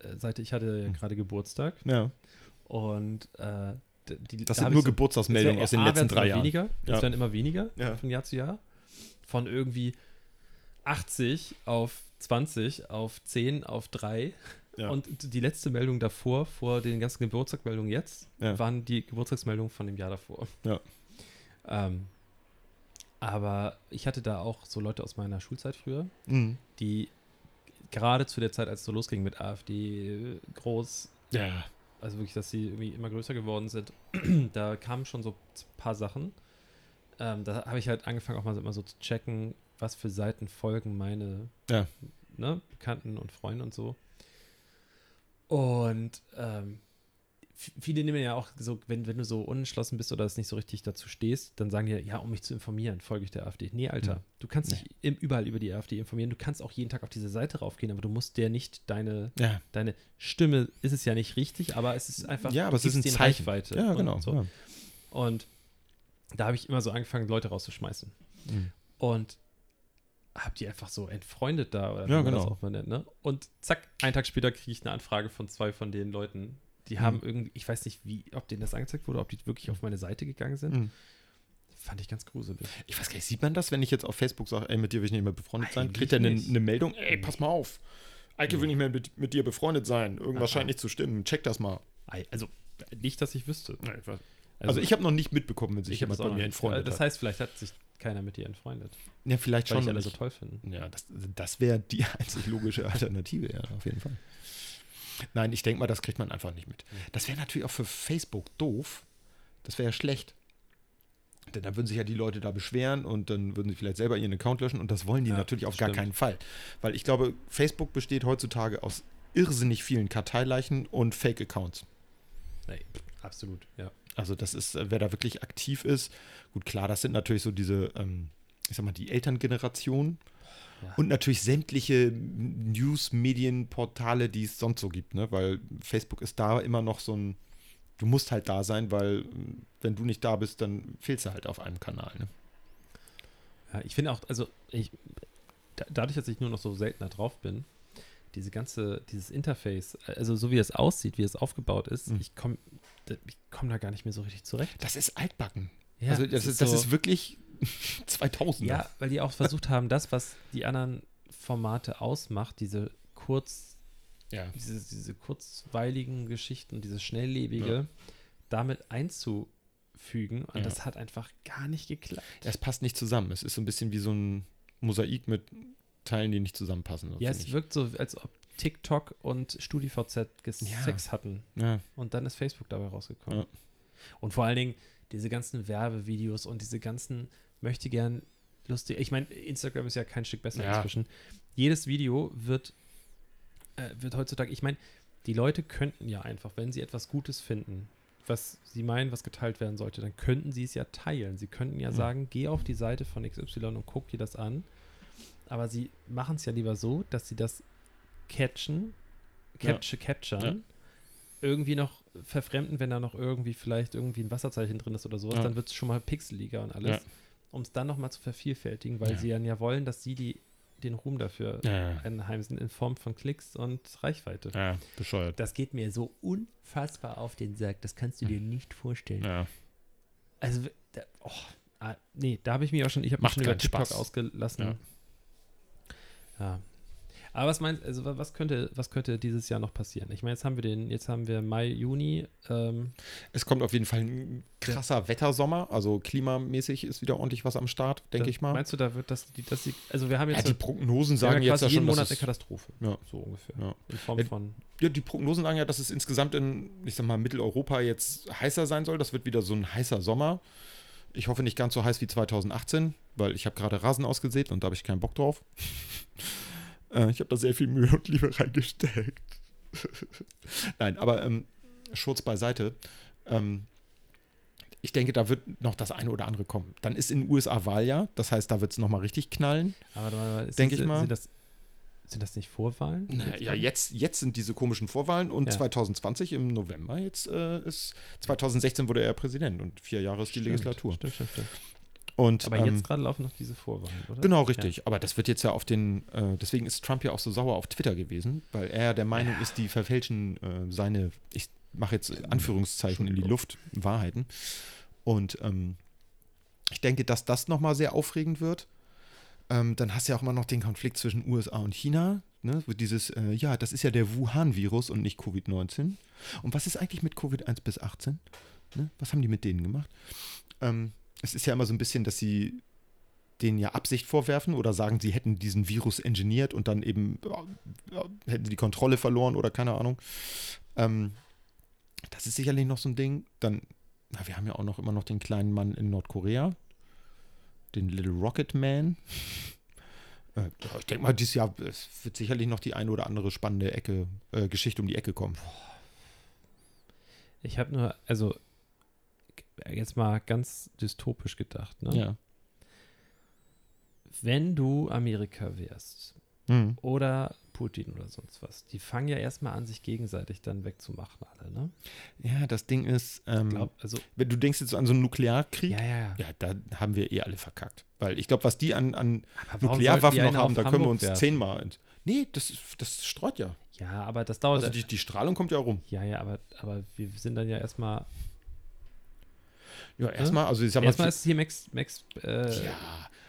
C: äh, Seite. Ich hatte
B: Hm.
C: ja gerade Geburtstag
B: Ja.
C: und äh, d- die,
B: Das
C: da hab
B: sind nur
C: ich so-
B: Geburtstagsmeldungen
C: Ja,
B: aus den
C: A
B: letzten
C: wird's
B: drei
C: immer
B: Jahren.
C: Weniger,
B: Ja.
C: Es werden immer weniger
B: Ja.
C: von Jahr zu Jahr. Von irgendwie 80 auf 20, auf 10, auf 3.
B: Ja.
C: Und die letzte Meldung davor, vor den ganzen Geburtstagsmeldungen jetzt,
B: Ja.
C: waren die Geburtstagsmeldungen von dem Jahr davor.
B: Ja.
C: Ähm, aber ich hatte da auch so Leute aus meiner Schulzeit früher,
B: Mhm.
C: die gerade zu der Zeit, als es so losging mit AfD, äh, groß,
B: Ja.
C: also wirklich, dass sie irgendwie immer größer geworden sind, da kamen schon so ein paar Sachen. Ähm, da habe ich halt angefangen, auch mal so immer so zu checken, was für Seiten folgen meine
B: Ja.
C: ne, Bekannten und Freunde und so. Und ähm, f- viele nehmen ja auch so, wenn, wenn du so unentschlossen bist oder es nicht so richtig dazu stehst, dann sagen die, ja, um mich zu informieren, folge ich der AfD. Nee, Alter,
B: Mhm.
C: du kannst dich im, überall über die AfD informieren, du kannst auch jeden Tag auf diese Seite raufgehen, aber du musst der nicht deine,
B: Ja,
C: deine Stimme, ist es ja nicht richtig, aber es ist einfach,
B: ja aber
C: du
B: es ist ein
C: gibst denen
B: Zeichen.
C: Reichweite.
B: Ja,
C: und
B: genau.
C: So.
B: ja.
C: Und da habe ich immer so angefangen, Leute rauszuschmeißen.
B: Mhm.
C: Und habe die einfach so entfreundet da. Oder wie
B: Ja,
C: man Das
B: genau.
C: auch mal nennt, ne? Und zack, einen Tag später kriege ich eine Anfrage von zwei von den Leuten. Die haben
B: Mhm.
C: irgendwie, ich weiß nicht, wie, ob denen das angezeigt wurde, ob die wirklich auf meine Seite gegangen sind.
B: Mhm.
C: Fand ich ganz gruselig.
B: Ich weiß gar nicht, sieht man das, wenn ich jetzt auf Facebook sage, ey, mit dir will ich nicht mehr befreundet sein?
C: Eigentlich
B: Kriegt er eine,
C: nicht.
B: eine Meldung? Mhm. Ey, pass mal auf. Eike will
C: Nee.
B: nicht mehr mit, mit dir befreundet sein. Irgendwas
C: Ah, ah.
B: scheint nicht zu stimmen. Check das mal.
C: Ei, Also nicht, dass ich wüsste.
B: Also, ich habe noch nicht mitbekommen, wenn sich
C: hab
B: jemand
C: das auch
B: bei mir
C: noch-
B: entfreundet
C: Das heißt, vielleicht hat sich keiner mit dir entfreundet.
B: hat. Ja, vielleicht
C: Weil
B: schon.
C: ich
B: aber
C: alle so
B: ich-
C: toll finde.
B: Ja, das, das wäre die einzig logische Alternative, ja, auf jeden Fall. Nein, ich denke mal, das kriegt man einfach nicht mit.
C: Mhm.
B: Das wäre natürlich auch für Facebook doof. Das wäre ja schlecht. Denn dann würden sich ja die Leute da beschweren und dann würden sie vielleicht selber ihren Account löschen und das wollen die
C: Ja,
B: natürlich auf
C: stimmt.
B: gar keinen Fall. Weil ich glaube, Facebook besteht heutzutage aus irrsinnig vielen Karteileichen und Fake-Accounts.
C: Nee, absolut, ja.
B: Also das ist, äh, wer da wirklich aktiv ist, gut klar, das sind natürlich so diese, ähm, ich sag mal, die Elterngeneration
C: Ja.
B: und natürlich sämtliche News-Medienportale, die es sonst so gibt, ne? Weil Facebook ist da immer noch so ein, du musst halt da sein, weil ähm, wenn du nicht da bist, dann fehlst du halt auf einem Kanal, ne?
C: Ja, ich finde auch, also ich, da, dadurch, dass ich nur noch so seltener drauf bin, diese ganze, dieses Interface, also so wie es aussieht, wie es aufgebaut ist,
B: Mhm.
C: ich komme ich komm da gar nicht mehr so richtig zurecht.
B: Das ist altbacken.
C: Ja,
B: also das, ist, das
C: so-
B: ist wirklich 2000.
C: ja, weil die auch versucht haben, das, was die anderen Formate ausmacht, diese kurz,
B: ja.
C: diese, diese kurzweiligen Geschichten, dieses schnelllebige, damit einzufügen. Und
B: Ja.
C: das hat einfach gar nicht geklappt.
B: Es passt nicht zusammen. Es ist so ein bisschen wie so ein Mosaik mit Teilen, die nicht zusammenpassen.
C: Ja,
B: finde
C: es
B: ich.
C: wirkt so, als ob TikTok und StudiVZ ges-
B: Ja.
C: Sex hatten.
B: ja.
C: Und dann ist Facebook dabei rausgekommen.
B: Ja.
C: Und vor allen Dingen diese ganzen Werbevideos und diese ganzen möchte gern lustig. Ich meine, Instagram ist ja kein Stück besser
B: Ja.
C: inzwischen. Jedes Video wird, äh, wird heutzutage, ich meine, die Leute könnten ja einfach, wenn sie etwas Gutes finden, was sie meinen, was geteilt werden sollte, dann könnten sie es ja teilen. Sie könnten ja
B: Mhm.
C: sagen, geh auf die Seite von XY und guck dir das an. Aber sie machen es ja lieber so, dass sie das catchen,
B: Ja.
C: capture, capturen, irgendwie noch verfremden, wenn da noch irgendwie vielleicht irgendwie ein Wasserzeichen drin ist oder sowas,
B: Ja.
C: dann wird es schon mal pixeliger und alles,
B: Ja.
C: um es dann nochmal zu vervielfältigen, weil
B: Ja.
C: sie dann ja wollen, dass sie die, den Ruhm dafür
B: Ja, ja.
C: einheimsen in Form von Klicks und Reichweite.
B: Ja, bescheuert.
C: Das geht mir so unfassbar auf den Sack, das kannst du dir nicht vorstellen.
B: Ja.
C: Also, w- da, oh, ah, nee, da habe ich mich auch schon, ich habe mich
B: Macht
C: schon über
B: keinen
C: TikTok
B: Spaß.
C: ausgelassen. Ja. Aber was meinst, also wa- was könnte, was könnte dieses Jahr noch passieren? Ich meine, jetzt haben wir den, jetzt haben wir Mai, Juni, ähm,
B: Es kommt auf jeden Fall ein krasser Wettersommer. Also klimamäßig ist wieder ordentlich was am Start, denke
C: Da-
B: ich mal.
C: Meinst du, da wird das, die, dass die, also wir haben
B: Ja,
C: jetzt
B: die Prognosen sagen
C: wir haben
B: jetzt ja
C: quasi jeden
B: schon,
C: Monat
B: dass
C: eine
B: es,
C: Katastrophe.
B: Ja.
C: So ungefähr.
B: Ja.
C: In Form
B: Ja,
C: von.
B: ja, die Prognosen sagen ja, dass es insgesamt in, ich sag mal, Mitteleuropa jetzt heißer sein soll. Das wird wieder so ein heißer Sommer. Ich hoffe nicht ganz so heiß wie 2018, weil ich habe gerade Rasen ausgesät und da habe ich keinen Bock drauf. äh, ich habe da sehr viel Mühe und Liebe reingesteckt. Nein, aber ähm, Schurz beiseite. Ähm, ich denke, da wird noch das eine oder andere kommen. Dann ist in den USA Wahljahr, das heißt, da wird es nochmal richtig knallen.
C: Aber da war- ist
B: Denk
C: das,
B: ich mal.
C: Sind das, sind das nicht Vorwahlen?
B: Na, ja, jetzt, jetzt sind diese komischen Vorwahlen und
C: Ja.
B: 2020 im November, jetzt äh, ist 2016 wurde er Präsident und vier Jahre ist die
C: Stimmt,
B: Legislatur.
C: Stimmt, stimmt, stimmt.
B: Und,
C: Aber
B: ähm,
C: jetzt gerade laufen noch diese Vorwahlen, oder?
B: Genau, richtig. Aber das wird jetzt ja auf den, äh, deswegen ist Trump ja auch so sauer auf Twitter gewesen, weil er der Meinung ist, die verfälschen äh, seine, ich mache jetzt Anführungszeichen in die Luft, Wahrheiten. Und ähm, ich denke, dass das nochmal sehr aufregend wird. Ähm, dann hast du ja auch immer noch den Konflikt zwischen USA und China. Ne? Wo Dieses, äh, ja, das ist ja der Wuhan-Virus und nicht Covid-19. Und was ist eigentlich mit Covid-1 bis 18? Ne? Was haben die mit denen gemacht? Ähm, es ist ja immer so ein bisschen, dass sie denen ja Absicht vorwerfen oder sagen, sie hätten diesen Virus engineiert und dann eben äh, äh, hätten sie die Kontrolle verloren oder keine Ahnung. Ähm, das ist sicherlich noch so ein Ding. Dann, na, wir haben ja auch noch immer noch den kleinen Mann in Nordkorea, den Little Rocket Man. Äh, ja, ich denke mal, dieses Jahr äh, es wird sicherlich noch die eine oder andere spannende Ecke, äh, Geschichte um die Ecke kommen.
C: Ich habe nur, also jetzt mal ganz dystopisch gedacht, ne? Wenn du Amerika wärst
B: Mhm.
C: oder Putin oder sonst was, die fangen ja erstmal an, sich gegenseitig dann wegzumachen, alle, ne?
B: Ja, das Ding ist, ähm,
C: Glaub, also,
B: wenn du denkst jetzt an so einen Nuklearkrieg,
C: ja, ja, ja.
B: ja, da haben wir eh alle verkackt. Weil ich glaube, was die an, an
C: Aber warum sollten die
B: Nuklearwaffen noch
C: eine
B: haben,
C: auf
B: da können wir
C: Hamburg
B: uns
C: werfen?
B: zehnmal. ins- Nee, das, das streut ja.
C: Ja, aber Oh, das dauert.
B: Also die, die Strahlung kommt ja rum.
C: ja, ja, aber, aber wir sind dann ja erstmal.
B: Ja, erstmal, also ich sag mal,
C: Erstmal ist hier Max. Max, äh,
B: ja,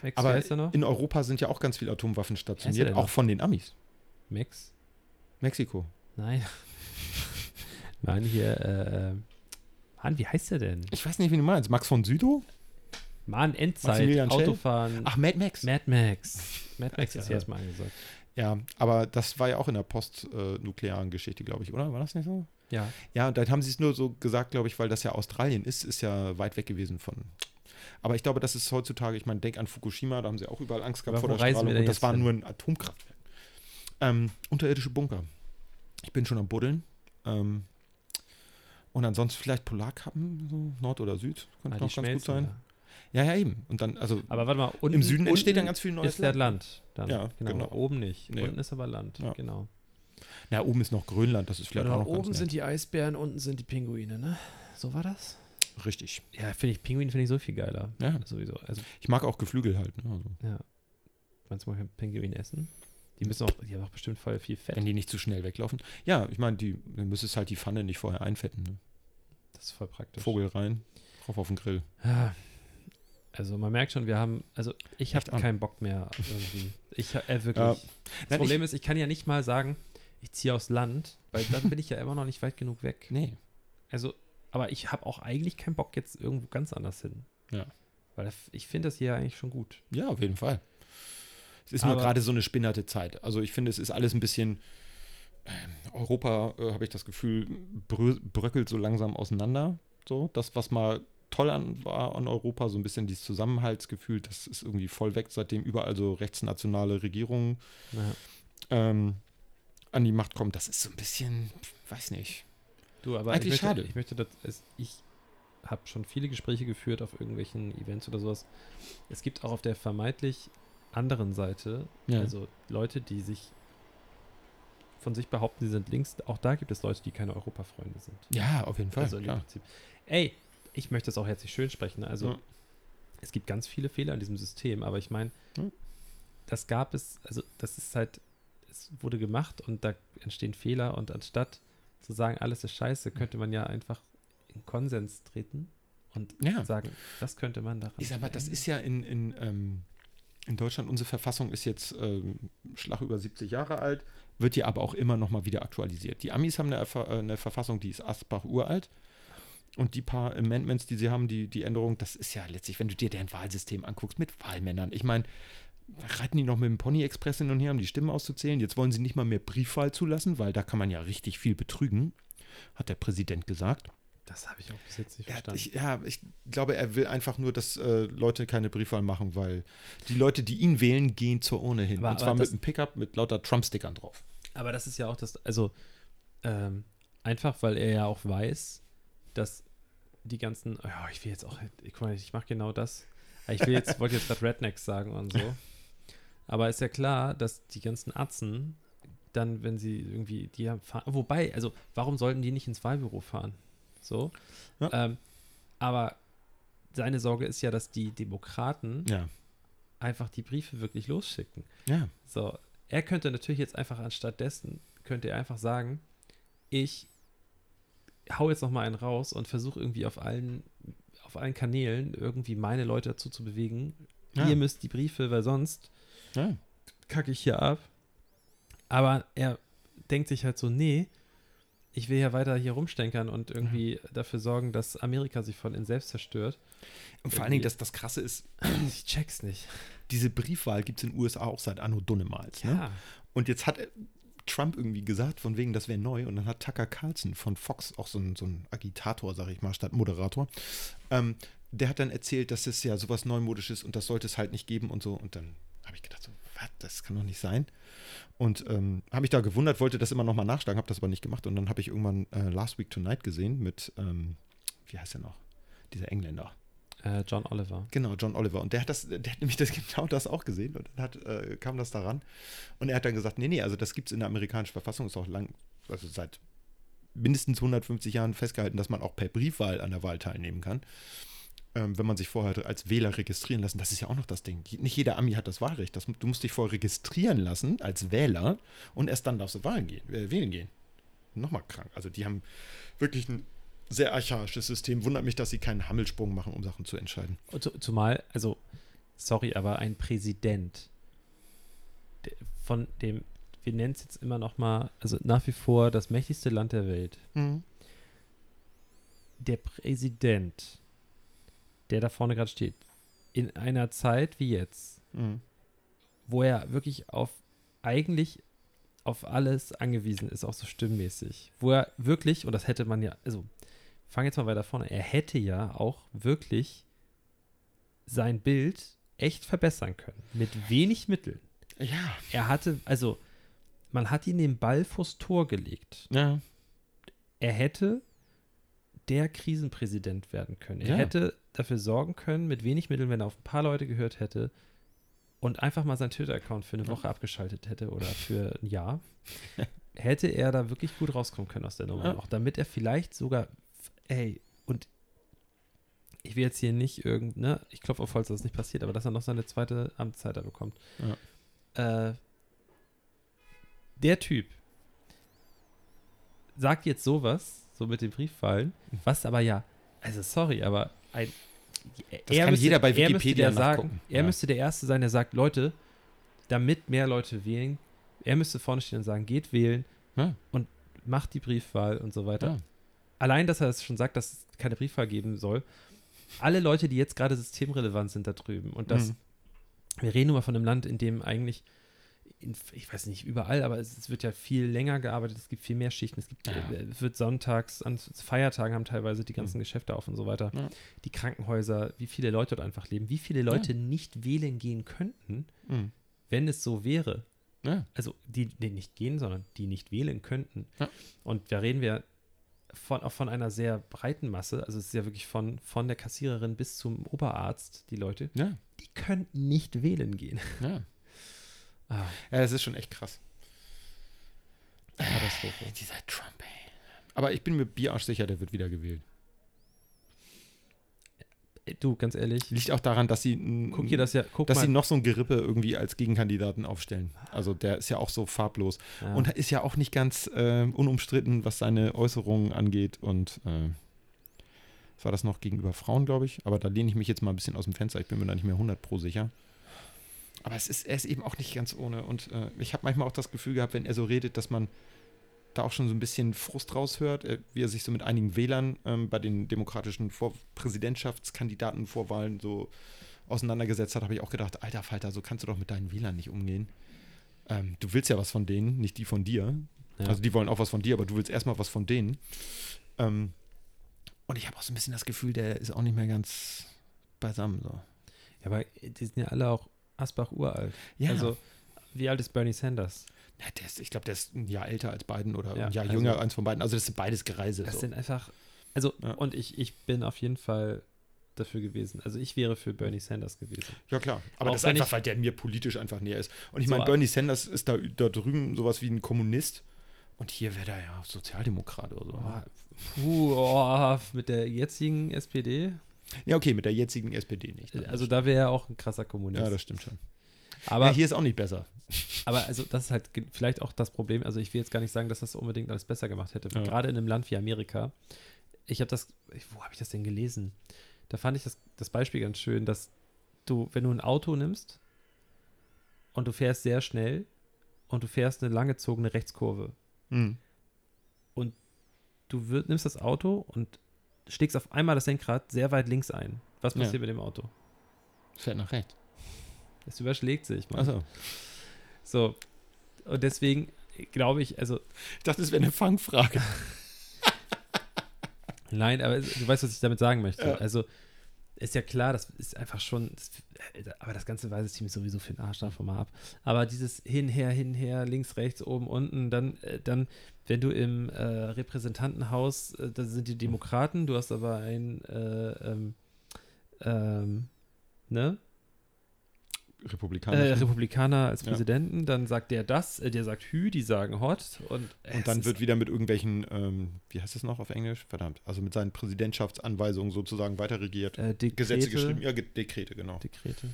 C: Max
B: aber
C: wie heißt er noch?
B: in Europa sind ja auch ganz viele Atomwaffen stationiert,
C: denn noch?
B: auch von den Amis.
C: Max?
B: Mexiko.
C: Nein. Nein, hier. Äh, äh, Mann, wie heißt der denn?
B: Ich weiß nicht, wie du meinst. Max von Südow?
C: Mann, Endzeit,
B: Maximilian Schell?
C: Autofahren.
B: Ach, Mad Max.
C: Mad Max. Mad Max
B: Ja.
C: ist hier erstmal angesagt.
B: Ja, aber das war ja auch in der postnuklearen Geschichte, glaube ich, oder? War das nicht so?
C: Ja.
B: Ja, und dann haben sie es nur so gesagt, glaube ich, weil das ja Australien ist, ist ja weit weg gewesen von. Aber ich glaube, das ist heutzutage, ich meine, denk an Fukushima, da haben sie auch überall Angst gehabt
C: Aber
B: vor
C: wo
B: der
C: reisen
B: Strahlung.
C: wir denn
B: Und das
C: jetzt
B: war
C: hin?
B: nur ein Atomkraftwerk. Ähm, unterirdische Bunker. Ich bin schon am Buddeln. Ähm, und ansonsten vielleicht Polarkappen, so Nord oder Süd, könnte
C: Ah, die
B: noch ganz gut
C: schmelzen
B: sein.
C: ja.
B: Ja, ja, eben. Und dann, also
C: Aber warte mal, unten,
B: im Süden
C: unten
B: entsteht dann ganz viel neues
C: ist der Land. Dann.
B: Ja,
C: genau.
B: genau.
C: Oben nicht.
B: Nee.
C: Unten ist aber Land.
B: Ja.
C: Genau.
B: Na, oben ist noch Grönland, das ist vielleicht auch
D: Oder
B: noch
D: oben
B: ganz nett.
D: sind die Eisbären, unten sind die Pinguine, ne? So war das?
B: Richtig.
C: Ja, finde ich, Pinguin finde ich so viel geiler.
B: Ja,
C: Sowieso. Also,
B: ich mag auch Geflügel halt. Ne? Also,
C: meinst du, man kann Pinguin essen? Die müssen auch, die haben auch bestimmt voll viel Fett.
B: wenn die nicht zu schnell weglaufen. Ja, ich meine, die, du müsstest halt die Pfanne nicht vorher einfetten. Ne?
C: Das ist voll praktisch.
B: Vogel rein, drauf auf den Grill.
C: Ja. Also man merkt schon, wir haben, also ich habe
B: Echt an.
C: keinen Bock mehr irgendwie. Ich ha- äh, wirklich.
B: Ja.
C: Das
B: Nein,
C: Problem ist, ich kann ja nicht mal sagen, ich ziehe aufs Land, weil dann bin ich ja immer noch nicht weit genug weg.
B: Nee.
C: Also, aber ich habe auch eigentlich keinen Bock jetzt irgendwo ganz anders hin.
B: Ja.
C: Weil f- ich finde das hier eigentlich schon gut.
B: Ja, auf jeden Fall. Es ist nur
C: Aber-
B: gerade so eine spinnerte Zeit. Also ich finde, es ist alles ein bisschen. ähm, Europa, äh, habe ich das Gefühl, brö bröckelt so langsam auseinander. So, das, was mal toll an, war an Europa, so ein bisschen dieses Zusammenhaltsgefühl, das ist irgendwie voll weg, seitdem überall so rechtsnationale Regierungen
C: Ja.
B: ähm, an die Macht kommen. Das ist so ein bisschen, weiß nicht.
C: Du, aber
B: Eigentlich
C: ich möchte,
B: schade.
C: Ich möchte, dass es, ich habe schon viele Gespräche geführt auf irgendwelchen Events oder sowas. Es gibt auch auf der vermeintlich anderen Seite
B: Ja.
C: Also Leute, die sich von sich behaupten, sie sind links, auch da gibt es Leute, die keine Europafreunde sind.
B: ja, auf jeden Fall.
C: also in dem
B: klar.
C: Prinzip. Ey, ich möchte das auch herzlich schön sprechen. ne? Also
B: Ja.
C: es gibt ganz viele Fehler in diesem System, aber ich meine,
B: Ja.
C: das gab es, also das ist halt, es wurde gemacht und da entstehen Fehler und anstatt zu sagen, alles ist scheiße, könnte man ja einfach in Konsens treten und
B: Ja.
C: sagen, das könnte man daran.
B: Ich sag mal, das
C: verändern.
B: ist ja in, in, ähm, in Deutschland, unsere Verfassung ist jetzt ähm, Schlag über 70 Jahre alt, wird ja aber auch immer noch mal wieder aktualisiert. Die Amis haben eine, Erfa- äh, eine Verfassung, die ist Asbach uralt. Und die paar Amendments, die sie haben, die, die Änderung, das ist ja letztlich, wenn du dir dein Wahlsystem anguckst mit Wahlmännern. Ich meine, reiten die noch mit dem Pony Express hin und her, um die Stimmen auszuzählen. Jetzt wollen sie nicht mal mehr Briefwahl zulassen, weil da kann man ja richtig viel betrügen, hat der Präsident gesagt.
C: Das habe ich auch bis jetzt nicht
B: Ja,
C: verstanden.
B: ich, ja, ich glaube, er will einfach nur, dass äh, Leute keine Briefwahl machen, weil die Leute, die ihn wählen, gehen zur Urne hin.
C: Aber-
B: und zwar
C: aber
B: mit
C: das-
B: einem Pickup mit lauter Trump-Stickern drauf.
C: Aber das ist ja auch das, also ähm, einfach, weil er ja auch weiß, dass die ganzen, oh, ja, ich will jetzt auch, ich, guck mal, ich mache genau das. Ich will jetzt, wollte jetzt gerade Rednecks sagen und so. Aber ist ja klar, dass die ganzen Atzen dann, wenn sie irgendwie, die haben, fahren, wobei, also warum sollten die nicht ins Wahlbüro fahren? So.
B: Ja.
C: Ähm, aber seine Sorge ist ja, dass die Demokraten
B: Ja.
C: einfach die Briefe wirklich losschicken.
B: Ja.
C: So, er könnte natürlich jetzt einfach anstatt dessen, könnte er einfach sagen, ich hau jetzt noch mal einen raus und versuche irgendwie auf allen, auf allen Kanälen irgendwie meine Leute dazu zu bewegen,
B: Ja.
C: ihr müsst die Briefe, weil sonst
B: ja.
C: kacke ich hier ab. Aber er denkt sich halt so, nee, ich will ja weiter hier rumstenkern und irgendwie dafür sorgen, dass Amerika sich von in selbst zerstört.
B: Und vor allen Dingen, das, das Krasse ist,
C: Ich check's nicht.
B: diese Briefwahl gibt es in den USA auch seit Anno Dunnemals. Ne?
C: Ja.
B: Und jetzt hat äh, Trump irgendwie gesagt, von wegen, das wäre neu. Und dann hat Tucker Carlson von Fox, auch so ein, so ein Agitator, sag ich mal, statt Moderator, ähm, der hat dann erzählt, dass es ja sowas Neumodisches und das sollte es halt nicht geben und so. Und dann habe ich gedacht, so, was, das kann doch nicht sein. Und ähm, habe mich da gewundert, wollte das immer nochmal nachschlagen, habe das aber nicht gemacht. Und dann habe ich irgendwann äh, Last Week Tonight gesehen mit, ähm, wie heißt er noch? Dieser Engländer.
C: Äh, John Oliver.
B: Genau, John Oliver. Und der hat das, der hat nämlich das, genau das auch gesehen und dann hat, äh, kam das daran. Und er hat dann gesagt, nee, nee, also das gibt es in der amerikanischen Verfassung, ist auch lang, also seit mindestens 150 Jahren festgehalten, dass man auch per Briefwahl an der Wahl teilnehmen kann. Ähm, wenn man sich vorher als Wähler registrieren lassen, das ist ja auch noch das Ding. Je- Nicht jeder Ami hat das Wahlrecht. Das, du musst dich vorher registrieren lassen als Wähler und erst dann darfst du Wahlen gehen, äh, wählen gehen. Nochmal krank. Also die haben wirklich ein sehr archaisches System. Wundert mich, dass sie keinen Hammelsprung machen, um Sachen zu entscheiden.
C: Und zu- Zumal, also, sorry, aber ein Präsident der- von dem, wir nennen es jetzt immer noch mal, also nach wie vor das mächtigste Land der Welt.
B: Mhm.
C: Der Präsident, der da vorne gerade steht, in einer Zeit wie jetzt,
B: Mhm.
C: wo er wirklich auf eigentlich auf alles angewiesen ist, auch so stimmmäßig. Wo er wirklich, und das hätte man ja, also fang jetzt mal weiter vorne, er hätte ja auch wirklich sein Bild echt verbessern können. Mit wenig Mitteln.
B: Ja.
C: Er hatte, also, man hat ihn den Ball vors Tor gelegt.
B: ja.
C: Er hätte der Krisenpräsident werden können. Er
B: Ja.
C: hätte dafür sorgen können, mit wenig Mitteln, wenn er auf ein paar Leute gehört hätte und einfach mal seinen Twitter-Account für eine
B: Ja.
C: Woche abgeschaltet hätte oder für ein Jahr, hätte er da wirklich gut rauskommen können aus der Nummer
B: Ja.
C: noch, damit er vielleicht sogar, ey, und ich will jetzt hier nicht irgend, ne, ich klopfe auf Holz, dass es nicht passiert, aber dass er noch seine zweite Amtszeit da bekommt. Äh, der Typ sagt jetzt sowas, so mit dem Briefwahlen,
B: Mhm.
C: was aber ja, also sorry, aber ein,
B: Das kann jeder bei
C: er müsste
B: Wikipedia
C: der sagen,
B: nachgucken.
C: Er
B: Ja.
C: müsste der Erste sein, der sagt, Leute, damit mehr Leute wählen, er müsste vorne stehen und sagen, geht wählen
B: Ja.
C: und macht die Briefwahl und so weiter.
B: Ja.
C: Allein, dass er es schon sagt, dass es keine Briefwahl geben soll. Alle Leute, die jetzt gerade systemrelevant sind da drüben und das
B: Mhm.
C: wir reden nur mal von einem Land, in dem eigentlich, in, ich weiß nicht überall, aber es, es wird ja viel länger gearbeitet, es gibt viel mehr Schichten, es gibt,
B: Ja.
C: äh, es wird sonntags, an Feiertagen haben teilweise die ganzen Geschäfte auf und so weiter.
B: Mhm. Ja.
C: Die Krankenhäuser, wie viele Leute dort einfach leben, wie viele Leute nicht wählen gehen könnten,
B: Mhm.
C: wenn es so wäre.
B: Ja.
C: Also die, die nicht gehen, sondern die nicht wählen könnten.
B: Ja.
C: Und da reden wir von, auch von einer sehr breiten Masse, also es ist ja wirklich von, von der Kassiererin bis zum Oberarzt, die Leute,
B: Ja.
C: die könnten nicht wählen gehen.
B: Ja. ja, das ist schon echt krass.
C: Katastrophe.
B: Dieser Trump, ey. Aber ich bin mir bierarsch sicher, der wird wieder gewählt.
C: Du, ganz ehrlich,
B: Liegt auch daran, dass sie, n-
C: guck dir das ja, guck
B: dass sie
C: mal.
B: noch so ein Gerippe irgendwie als Gegenkandidaten aufstellen. Also der ist ja auch so farblos.
C: ja.
B: Und ist ja auch nicht ganz äh, unumstritten, was seine Äußerungen angeht. Und äh, was war das noch gegenüber Frauen, glaube ich. Aber da lehne ich mich jetzt mal ein bisschen aus dem Fenster. Ich bin mir da nicht mehr 100 pro sicher. Aber es ist, er ist eben auch nicht ganz ohne. Und äh, ich habe manchmal auch das Gefühl gehabt, wenn er so redet, dass man da auch schon so ein bisschen Frust raushört, äh, wie er sich so mit einigen Wählern ähm, bei den demokratischen Vor Präsidentschaftskandidatenvorwahlen so auseinandergesetzt hat, habe ich auch gedacht, alter Falter, so kannst du doch mit deinen Wählern nicht umgehen. Ähm, du willst ja was von denen, nicht die von dir.
C: Ja.
B: Also die wollen auch was von dir, aber du willst erstmal was von denen. Ähm, und ich habe auch so ein bisschen das Gefühl, der ist auch nicht mehr ganz beisammen. So.
C: ja, aber die sind ja alle auch Asbach uralt.
B: Ja, also,
C: Also, wie alt ist Bernie Sanders?
B: na, der ist, ich glaube, der ist ein Jahr älter als beiden oder
C: Ja,
B: ein Jahr
C: also-
B: jünger, eins von beiden. Also das sind beides Gereise.
C: Das
B: so.
C: sind einfach, also,
B: Ja.
C: und ich, ich bin auf jeden Fall dafür gewesen. Also, ich wäre für Bernie Sanders gewesen.
B: Ja, klar. Aber
C: Auch
B: das ist
C: wenn
B: einfach,
C: ich-
B: weil der mir politisch einfach näher ist. Und ich
C: So,
B: meine,
C: aber-
B: Bernie Sanders ist da, da drüben sowas wie ein Kommunist. Und hier wäre der ja Sozialdemokrat oder so.
C: Boah, puh, oh, mit der jetzigen SPD,
B: Ja, okay, mit der jetzigen SPD nicht.
C: also da wäre er auch ein krasser Kommunist.
B: ja, das stimmt schon.
C: aber,
B: ja, hier ist auch nicht besser.
C: aber also das ist halt ge- vielleicht auch das Problem. Also ich will jetzt gar nicht sagen, dass das unbedingt alles besser gemacht hätte.
B: Ja.
C: Gerade in einem Land wie Amerika. Ich habe das, ich- wo habe ich das denn gelesen? Da fand ich das, das Beispiel ganz schön, dass du, wenn du ein Auto nimmst und du fährst sehr schnell und du fährst eine langgezogene Rechtskurve,
B: Hm.
C: du wir- nimmst das Auto und schlägst auf einmal das Lenkrad sehr weit links ein. Was
B: Ja.
C: passiert mit dem Auto?
B: Fährt nach rechts.
C: Es überschlägt sich. Mann.
B: Achso.
C: So. Und deswegen glaube ich, also
B: Ich dachte, das wäre eine Fangfrage.
C: Nein, aber es- du weißt, was ich damit sagen möchte.
B: Ja.
C: Also, Ist ja klar, das ist einfach schon. Das, aber das ganze weiße Team ist sowieso für den Arsch davon mal ab. Aber dieses hin, her, hin, her, links, rechts, oben, unten, dann, äh, dann wenn du im äh, Repräsentantenhaus, äh, da sind die Demokraten, du hast aber ein, äh, ähm, ähm, ne?
B: Republikaner.
C: Äh, Republikaner als
B: Ja.
C: Präsidenten, dann sagt der das, äh, der sagt Hü, die sagen Hot und, äh, es
B: und dann
C: ist-
B: wird wieder mit irgendwelchen, ähm, wie heißt das noch auf Englisch? Verdammt. Also mit seinen Präsidentschaftsanweisungen sozusagen weiterregiert.
C: äh, Dekrete,
B: Gesetze geschrieben. Ja, Ge- Dekrete, genau.
C: Dekrete.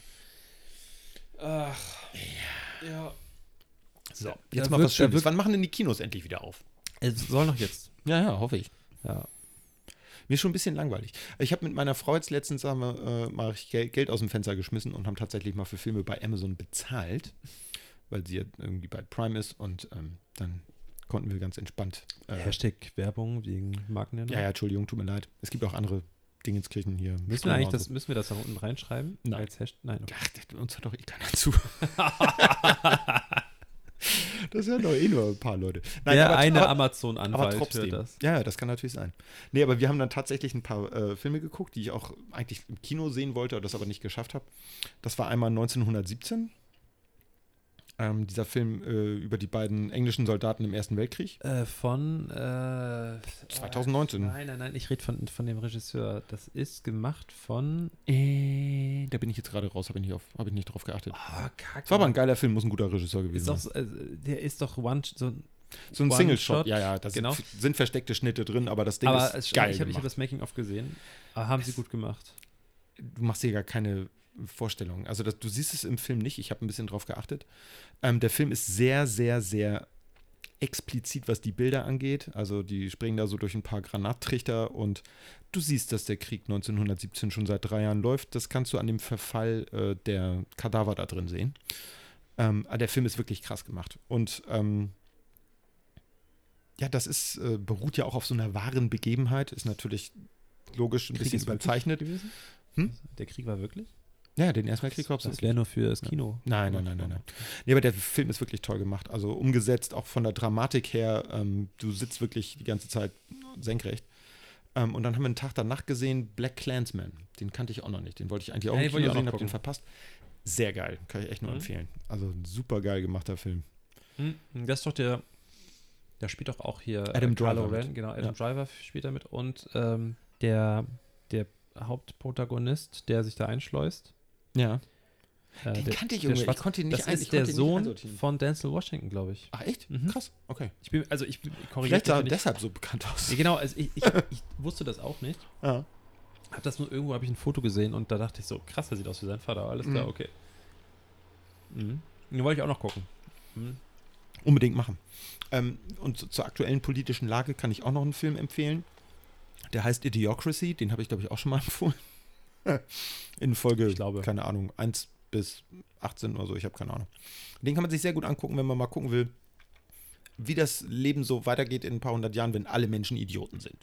D: Ach. Ja.
C: So,
B: Jetzt
C: da
B: mal
C: wird-
B: was Schönes.
C: da
B: Wann machen denn die Kinos endlich wieder auf?
C: wird- Es soll noch jetzt.
B: Ja, ja, hoffe ich.
C: Ja.
B: Mir ist schon ein bisschen langweilig. Ich habe mit meiner Frau jetzt letztens haben wir, äh, mal richtig Gel- Geld aus dem Fenster geschmissen und haben tatsächlich mal für Filme bei Amazon bezahlt, weil sie ja irgendwie bei Prime ist und ähm, dann konnten wir ganz entspannt. Äh,
C: Hashtag Werbung wegen Markennennung.
B: ja, ja, Entschuldigung, tut mir leid. Es gibt auch andere Dingenskirchen hier.
C: Müssen wir, eigentlich
B: und
C: das,
B: so.
C: müssen wir das da unten reinschreiben?
B: genau. Nein.
C: Als Hashtag? Nein. Okay.
B: Ach, das- uns hört doch eh keiner zu. das hören doch eh nur ein paar Leute.
C: Der
B: aber-
C: eine
B: aber- aber
C: Amazon-Anwalt
B: trotzdem.
C: hört das.
B: Ja, ja, das kann natürlich sein. Nee, aber wir haben dann tatsächlich ein paar äh, Filme geguckt, die ich auch eigentlich im Kino sehen wollte, das aber nicht geschafft habe. Das war einmal 1917. Ähm, dieser Film äh, über die beiden englischen Soldaten im Ersten Weltkrieg.
C: Äh, von äh,
B: 2019.
C: Nein, nein, nein, ich rede von, von dem Regisseur. Das ist gemacht von.
B: Äh, da bin ich jetzt gerade raus, habe ich, nicht auf- hab ich nicht drauf geachtet.
C: Ah, Kacke.
B: Das war aber ein geiler Film, muss ein guter Regisseur gewesen
C: ist doch,
B: sein.
C: so- äh, der ist doch one, so ein
B: So ein
C: One Shot,
B: Single-Shot. Ja, ja, da
C: genau.
B: sind, sind versteckte Schnitte drin, aber das Ding
C: aber es-
B: ist geil
C: ich habe hab
B: gemacht.
C: das Making-of gesehen. Ah, haben sie gut gemacht.
B: du machst dir gar keine Vorstellung. Also das, du siehst es im Film nicht. Ich habe ein bisschen drauf geachtet. Ähm, der Film ist sehr, sehr, sehr explizit, was die Bilder angeht. Also die springen da so durch ein paar Granattrichter und du siehst, dass der Krieg 1917 schon seit drei Jahren läuft. Das kannst du an dem Verfall äh, der Kadaver da drin sehen. Ähm, aber der Film ist wirklich krass gemacht. Und ähm, ja, das ist, äh, beruht ja auch auf so einer wahren Begebenheit. Ist natürlich logisch ein
C: Krieg
B: bisschen
C: ist wirklich
B: überzeichnet.
C: gewesen?
B: Hm?
C: Der Krieg war wirklich?
B: Ja, den Ersten Weltkrieg gab es
C: Das wäre nur für das Kino.
B: Nein, nein, nein, nein, nein. Nee, aber der Film ist wirklich toll gemacht. Also umgesetzt, auch von der Dramatik her. Ähm, du sitzt wirklich die ganze Zeit senkrecht. Ähm, und dann haben wir einen Tag danach gesehen, Black Clansman. Den kannte ich auch noch nicht. Den wollte ich eigentlich auch
C: Ja,
B: im
C: den wollte
B: Kino
C: ich auch
B: sehen,
C: noch
B: habe den
C: gucken.
B: verpasst. Sehr geil, kann ich echt nur
C: Mhm.
B: empfehlen. Also ein super geil gemachter Film.
C: Hm, Das ist doch der. Da spielt doch auch hier äh,
B: Adam
C: Kylo
B: Driver mit.
C: Ren, genau, Adam
B: Ja.
C: Driver spielt damit und ähm, der, der Hauptprotagonist, der sich da einschleust.
B: Ja.
C: Äh,
B: Den
C: der,
B: kannte ich
C: der
B: irgendwie. Ich
C: schwarze-
B: konnte ihn nicht
C: das
B: ein- ich
C: ist der
B: konnte ihn nicht
C: Sohn
B: einsortieren.
C: von Denzel Washington, glaube ich.
B: Ach echt?
C: Mhm.
B: Krass, okay.
C: Ich bin, also ich, ich korrigiere
B: Vielleicht sah er
C: mich, wenn
B: deshalb so bekannt
C: ich-
B: aus.
C: Ja, Genau, also ich, ich, ich wusste das auch nicht.
B: Ja.
C: Hab das nur irgendwo, habe ich ein Foto gesehen und da dachte ich so, krass, der sieht aus wie sein Vater, alles klar,
B: Mhm.
C: okay. Mhm. Den wollte ich auch noch gucken. Mhm.
B: Unbedingt machen. Ähm, und zu- zur aktuellen politischen Lage kann ich auch noch einen Film empfehlen. Der heißt Idiocracy, den habe ich, glaube ich, auch schon mal empfohlen. In Folge,
C: Ich glaube.
B: keine Ahnung, 1 bis 18 oder so, ich habe keine Ahnung. Den kann man sich sehr gut angucken, wenn man mal gucken will, wie das Leben so weitergeht in ein paar hundert Jahren, wenn alle Menschen Idioten sind.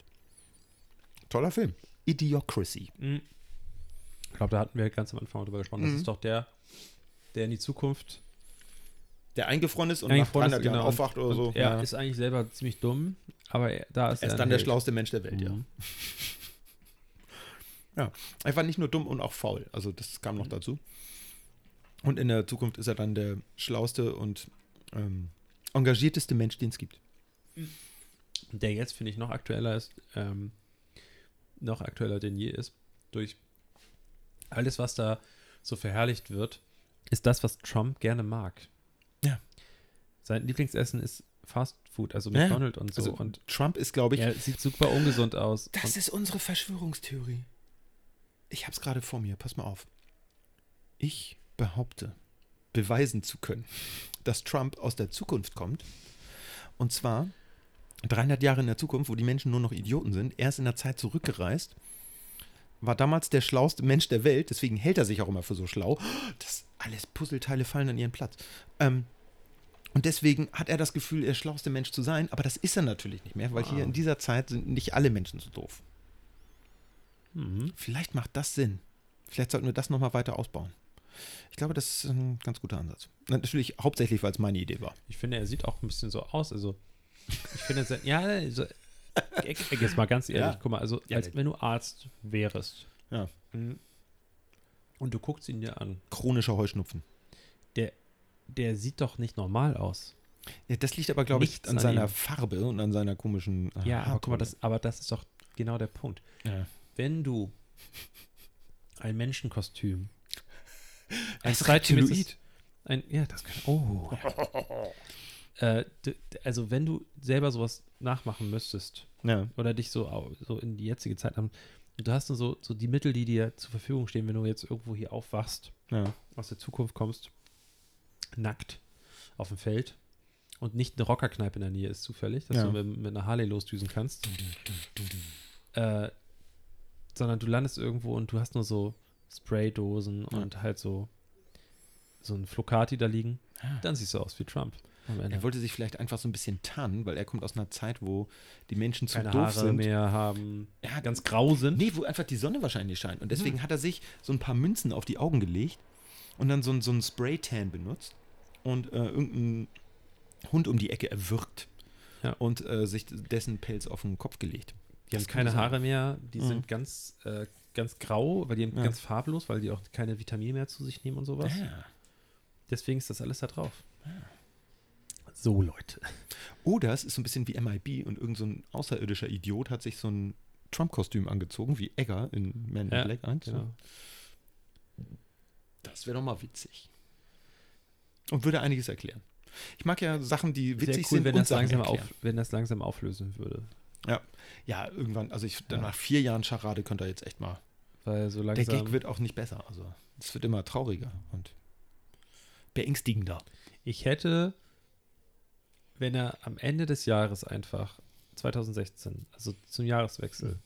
B: Toller Film. Idiocracy.
C: Mhm. Ich glaube, da hatten wir ganz am Anfang drüber gesprochen.
B: Mhm.
C: Das ist doch der, der in die Zukunft
B: Der eingefroren ist und nach
C: eingefroren
B: 300
C: genau,
B: Jahren
C: und-
B: aufwacht oder
C: und
B: so.
C: Er ist eigentlich selber ziemlich dumm, aber er, da ist
B: Er
C: ein
B: ist dann der
C: Held.
B: schlauste Mensch der Welt, ja.
C: Mhm.
B: Er war nicht nur dumm und auch faul. Also das kam noch dazu. Und in der Zukunft ist er dann der schlauste und ähm, engagierteste Mensch, den es gibt.
C: Und Der jetzt, finde ich, noch aktueller ist, ähm, noch aktueller denn je ist, durch alles, was da so verherrlicht wird, ist das, was Trump gerne mag.
B: Ja.
C: Sein Lieblingsessen ist Fast Food, also
B: Ja,
C: McDonald's und so.
B: Also
C: und
B: Trump ist, glaube ich.
C: er sieht super ungesund aus.
B: Das
C: und
B: ist unsere Verschwörungstheorie. Ich habe es gerade vor mir. Pass mal auf. Ich behaupte, beweisen zu können, dass Trump aus der Zukunft kommt. Und zwar 300 Jahre in der Zukunft, wo die Menschen nur noch Idioten sind. Er ist in der Zeit zurückgereist, war damals der schlauste Mensch der Welt. Deswegen hält er sich auch immer für so schlau. Das alles Puzzleteile fallen an ihren Platz. Ähm, und deswegen hat er das Gefühl, der schlauste Mensch zu sein. Aber das ist er natürlich nicht mehr, weil hier in dieser Zeit sind nicht alle Menschen so doof.
C: Mhm.
B: Vielleicht macht das Sinn. Vielleicht sollten wir das nochmal weiter ausbauen. Ich glaube, das ist ein ganz guter Ansatz. Natürlich hauptsächlich, weil es meine Idee war.
C: Ich finde, er sieht auch ein bisschen so aus. Also, ich finde, sein, ja, also, jetzt mal ganz ehrlich,
B: Ja.
C: guck mal, also,
B: Ja,
C: als
B: der-
C: wenn du Arzt wärest.
B: Ja.
C: Mhm. Und du guckst ihn dir an.
B: Chronischer Heuschnupfen.
C: Der sieht doch nicht normal aus.
B: Ja, das liegt aber, glaube ich,
C: Nichts
B: an
C: an
B: seiner
C: ihm.
B: Farbe und an seiner komischen. äh,
C: Ja, aber guck mal,
B: Haarkrone.
C: das, aber das ist doch genau der Punkt.
B: Ja.
C: Wenn du ein Menschenkostüm,
B: Ein
C: Reptiloid.
B: Reptiloid.
C: ein, ja, das kann,
B: Genau.
C: oh. äh, d- d- also wenn du selber sowas nachmachen müsstest
B: Ja.
C: oder dich so, au- so in die jetzige Zeit haben, du hast dann so, so die Mittel, die dir zur Verfügung stehen, wenn du jetzt irgendwo hier aufwachst,
B: ja.
C: aus der Zukunft kommst, nackt auf dem Feld und nicht eine Rockerkneipe in der Nähe ist zufällig, dass
B: Ja.
C: du mit, mit einer Harley losdüsen kannst, äh, sondern du landest irgendwo und du hast nur so Spraydosen
B: Ja.
C: und halt so so ein Flocati da liegen,
B: Ah.
C: dann siehst du aus wie Trump am Ende.
B: Er wollte sich vielleicht einfach so ein bisschen tarnen, weil er kommt aus einer Zeit, wo die Menschen zu
C: Keine
B: doof
C: Haare
B: sind.
C: mehr haben,
B: Er hat
C: ganz Hm. grau sind.
B: Nee, wo einfach die Sonne wahrscheinlich scheint. Und deswegen hat er sich so ein paar Münzen auf die Augen gelegt und dann so ein, so ein Spray-Tan benutzt und äh, irgendeinen Hund um die Ecke erwürgt
C: Ja.
B: und äh, sich dessen Pelz auf den Kopf gelegt.
C: Die haben
B: Das kann
C: keine
B: sein.
C: Haare mehr, die
B: Mhm.
C: sind ganz, äh, ganz grau, weil die
B: Ja.
C: ganz farblos, weil die auch keine Vitamine mehr zu sich nehmen und sowas.
B: Ah.
C: Deswegen ist das alles da drauf. So, Leute.
B: Oder es ist so ein bisschen wie MIB und irgend so ein außerirdischer Idiot hat sich so ein Trump-Kostüm angezogen, wie Egger in Man in
C: Ja,
B: Black 1.
C: Genau.
B: Das wäre doch mal witzig. Und würde einiges erklären. Ich mag ja Sachen, die
C: Sehr
B: witzig
C: cool,
B: sind
C: wenn
B: und
C: das,
B: Sachen
C: langsam
B: erklären.
C: auf, wenn das langsam auflösen würde.
B: Ja, irgendwann, also ich, dann
C: Ja.
B: nach vier Jahren Scharade könnt ihr jetzt echt mal.
C: Weil so langsam.
B: Der Gag wird auch nicht besser. Also es wird immer trauriger und beängstigender.
C: ich hätte, wenn er am Ende des Jahres einfach, 2016, also zum Jahreswechsel,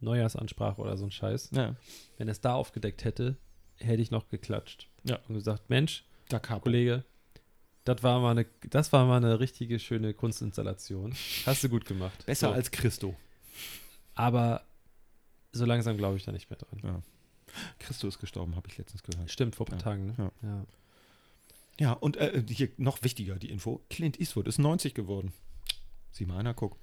C: Neujahrsansprache oder so ein Scheiß,
B: Ja,
C: wenn er es da aufgedeckt hätte, hätte ich noch geklatscht.
B: Ja.
C: Und gesagt, Mensch,
B: da kam.
C: Kollege, das war mal eine, das war mal eine richtige schöne Kunstinstallation. Hast du gut gemacht.
B: Besser
C: so.
B: als Christo.
C: Aber so langsam glaube ich da nicht mehr dran.
B: Christo ist gestorben, habe ich letztens gehört.
C: Stimmt, vor ein paar
B: Ja.
C: Tagen, ne?
B: Ja.
C: ja.
B: Ja, und äh, hier noch wichtiger die Info: Clint Eastwood ist 90 geworden. Sieh mal einer, guck.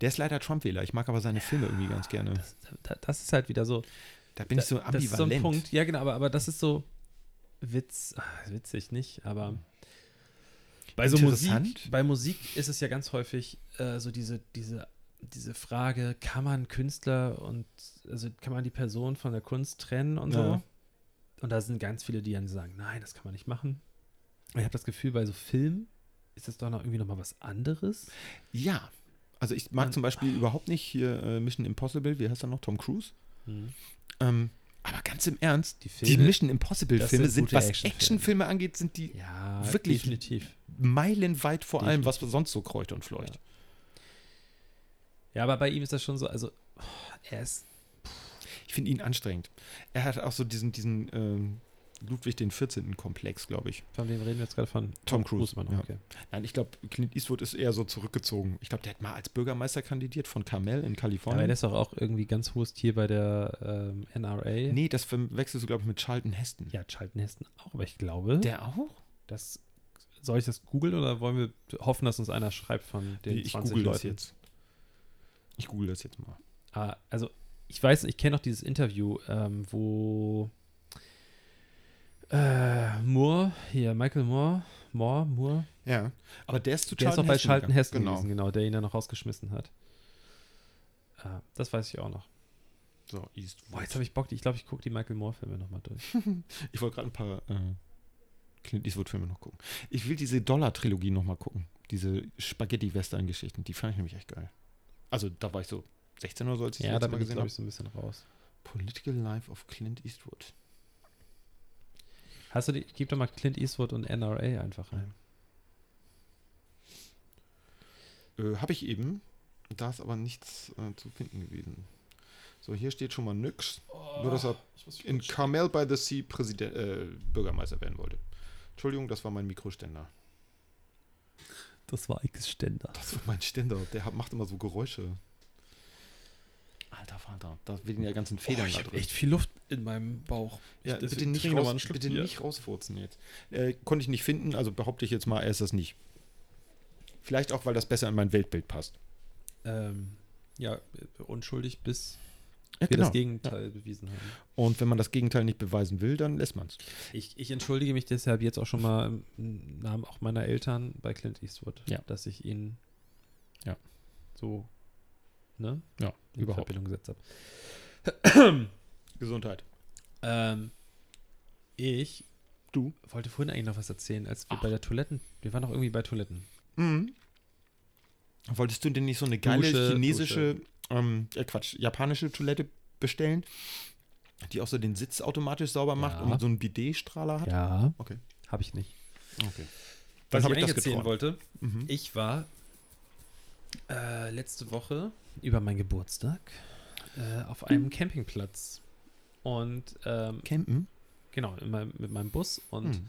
B: Der ist leider Trump-Wähler. Ich mag aber seine Filme irgendwie ganz gerne.
C: Das, da- das ist halt wieder so.
B: da bin ich so
C: da- das
B: ambivalent.
C: ist so ein Punkt. Ja, genau, aber, aber das ist so Witz, ah, witzig nicht, aber bei so Musik,
B: Interessant.
C: bei Musik ist es ja ganz häufig äh, so diese, diese, diese Frage, kann man Künstler und also kann man die Person von der Kunst trennen und so?
B: Ja.
C: Und da sind ganz viele, die dann sagen, nein, das kann man nicht machen. Ich habe das Gefühl, bei so Film ist das doch noch irgendwie nochmal was anderes.
B: Ja. Also ich mag
C: Man-
B: zum Beispiel überhaupt nicht hier äh, Mission Impossible, wie heißt er noch? Tom Cruise. Ähm, aber ganz im Ernst,
C: Die
B: Die Mission Impossible
C: das
B: Filme
C: sind
B: sind,
C: gute
B: was
C: Actionfilme.
B: Actionfilme angeht, sind die
C: Ja,
B: Wirklich.
C: definitiv.
B: meilenweit vor allem, was sonst so kreucht und fleucht.
C: Ja, aber bei ihm ist das schon so, also oh, er ist
B: Ich finde ihn anstrengend. Er hat auch so diesen, diesen ähm, Ludwig den 14. Komplex, glaube ich.
C: Von wem reden wir jetzt gerade von?
B: Tom Cruise,
C: Mann,
B: ja.
C: okay.
B: Nein, ich glaube, Clint Eastwood ist eher so zurückgezogen. Ich glaube, der hat mal als Bürgermeister kandidiert von Carmel in
C: Aber
B: Kalifornien.
C: der ist doch auch irgendwie ganz hohes Tier bei der ähm, NRA.
B: nee, das verwechselst du, glaube ich, mit Charlton Heston.
C: Ja, Charlton Heston auch, aber ich glaube,
B: Der auch?
C: das soll ich das googeln oder wollen wir hoffen, dass uns einer schreibt von den
B: ich
C: 20
B: google
C: Leuten?
B: das jetzt. Ich google das jetzt mal.
C: Ah, also ich weiß, ich kenne noch dieses Interview, ähm, wo äh, Moore, hier Michael Moore, Moore, Moore,
B: Ja. Aber der ist zu
C: der ist auch bei Charlton
B: gegangen.
C: Heston
B: Genau.
C: gewesen, genau, der ihn dann noch rausgeschmissen hat. Ah, das weiß ich auch noch.
B: So, Eastwood.
C: Boah, jetzt habe ich Bock, ich glaube, ich gucke die Michael Moore-Filme nochmal durch.
B: Ich wollte gerade ein paar äh, Clint Eastwood-Filme noch gucken. Ich will diese Dollar-Trilogie noch mal gucken. Diese Spaghetti-Western-Geschichten. Die fand ich nämlich echt geil. Also, da war ich so 16 oder so, als ich
C: Ja,
B: das
C: da
B: letzte Mal
C: bin ich,
B: gesehen
C: glaube
B: habe.
C: ich, so ein bisschen raus.
B: Political Life of Clint Eastwood.
C: Hast du die, gib doch mal Clint Eastwood und NRA einfach rein.
B: Äh, habe ich eben. Da ist aber nichts äh, zu finden gewesen. So, hier steht schon mal nix. Nur, dass er in Carmel by the Sea Präsident, äh, Bürgermeister werden wollte. Entschuldigung, das war mein Mikroständer.
C: Das war Ike Ständer.
B: Das war mein Ständer. Der hat, macht immer so Geräusche. Alter Vater, da werden ja ganzen
D: Oh,
B: Federn
D: ich
B: da
D: habe
B: drin.
D: echt viel Luft in meinem Bauch.
B: Ja,
D: Ich- deswegen
B: bitte nicht,
D: trinke ich noch mal einen
B: raus,
D: Schluck
B: bitte
D: Bier.
B: nicht rausfurzen jetzt. Äh, konnte ich nicht finden, also behaupte ich jetzt mal, er ist das nicht. Vielleicht auch, weil das besser in mein Weltbild passt.
C: Ähm, ja, unschuldig bis
B: Ja,
C: wir
B: genau.
C: das Gegenteil bewiesen haben.
B: Und wenn man das Gegenteil nicht beweisen will, dann lässt man es.
C: Ich, ich entschuldige mich deshalb jetzt auch schon mal im- im Namen auch meiner Eltern bei Clint Eastwood,
B: Ja.
C: dass ich ihn
B: Ja.
C: so ne,
B: Ja,
C: in
B: überhaupt.
C: Verbindung gesetzt habe.
B: Gesundheit.
C: Ähm, ich
B: Du?
C: wollte vorhin eigentlich noch was erzählen, als wir
B: Ach.
C: bei der Toiletten, wir waren doch irgendwie bei Toiletten.
B: Mhm. Wolltest du denn nicht so eine geile
C: Dusche,
B: chinesische, ähm, äh, Quatsch, japanische Toilette bestellen, die auch so den Sitz automatisch sauber macht
C: Ja.
B: und so einen Bidet-Strahler hat?
C: Ja.
B: Okay.
C: Habe ich nicht.
B: Okay.
C: Mhm. Was
B: Dann
C: ich
B: habe ich
C: eigentlich
B: das
C: erzählen
B: geträumt.
C: wollte,
B: Mhm.
C: ich war äh, letzte Woche über meinen Geburtstag äh, auf einem Campingplatz. Und ähm,
B: Campen?
C: Genau, in meinem, mit meinem Bus. Und
B: Mhm.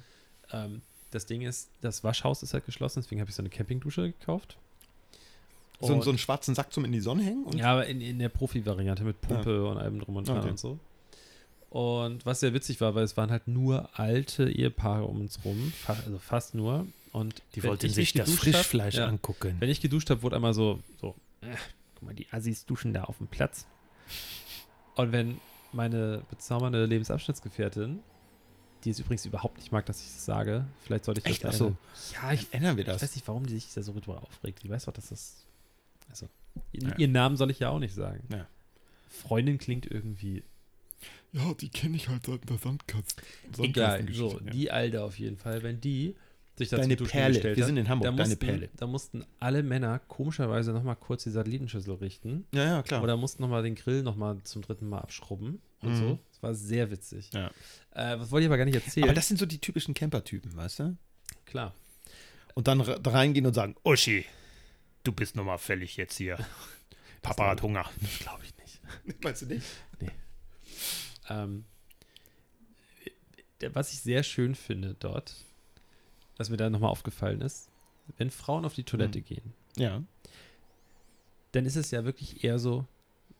C: ähm, das Ding ist, das Waschhaus ist halt geschlossen, deswegen habe ich so eine Campingdusche gekauft.
B: So,
C: Und-
B: so einen schwarzen Sack zum in die Sonne hängen? Und
C: ja, aber in, in der Profi-Variante mit Pumpe und allem drum und dran
B: Okay.
C: und so. Und was sehr witzig war, weil es waren halt nur alte Ehepaare um uns rum, fa also fast nur. Und
E: Die
C: wenn
E: wollten
C: ich
E: sich
C: nicht
E: das
C: geduscht hab-
E: Frischfleisch
C: ja,
E: angucken.
C: Wenn ich geduscht habe, wurde einmal so, so, äh, guck mal, die Assis duschen da auf dem Platz. Und wenn meine bezaubernde Lebensabschnittsgefährtin, die es übrigens überhaupt nicht mag, dass ich das sage, vielleicht sollte ich
B: Echt? Ach
C: das
B: so.
C: ändern. Ja, ich,
B: ändern wir
C: ich
B: das.
C: weiß nicht, warum die sich da so drüber aufregt. Die weiß doch, dass das. Also, ihren,
B: Ja.
C: ihren Namen soll ich ja auch nicht sagen.
B: Ja.
C: Freundin klingt irgendwie.
B: Ja, die kenne ich halt seit der Sandkasten.
C: Egal, so, die Alte auf jeden Fall, wenn die sich da
B: Deine
C: zum Duschen
B: Perle.
C: gestellt
B: Wir
C: hat,
B: sind in Hamburg.
C: da mussten,
B: Deine Perle.
C: Da mussten alle Männer komischerweise nochmal kurz die Satellitenschüssel richten.
B: Ja, ja, klar.
C: Oder mussten nochmal den Grill nochmal zum dritten Mal abschrubben und
B: Mhm.
C: so. Das war sehr witzig.
B: Ja.
C: Äh, was wollte ich aber gar nicht erzählen.
B: Aber das sind so die typischen Camper-Typen, weißt du?
C: Klar.
B: Und dann re- reingehen und sagen,
E: Uschi, du bist nochmal fällig jetzt hier. Papa hat Hunger.
C: Das glaube ich nicht.
B: meinst du nicht?
C: Ähm, der- was ich sehr schön finde dort, was mir da nochmal aufgefallen ist, wenn Frauen auf die Toilette
B: Hm.
C: gehen,
B: Ja.
C: dann ist es ja wirklich eher so,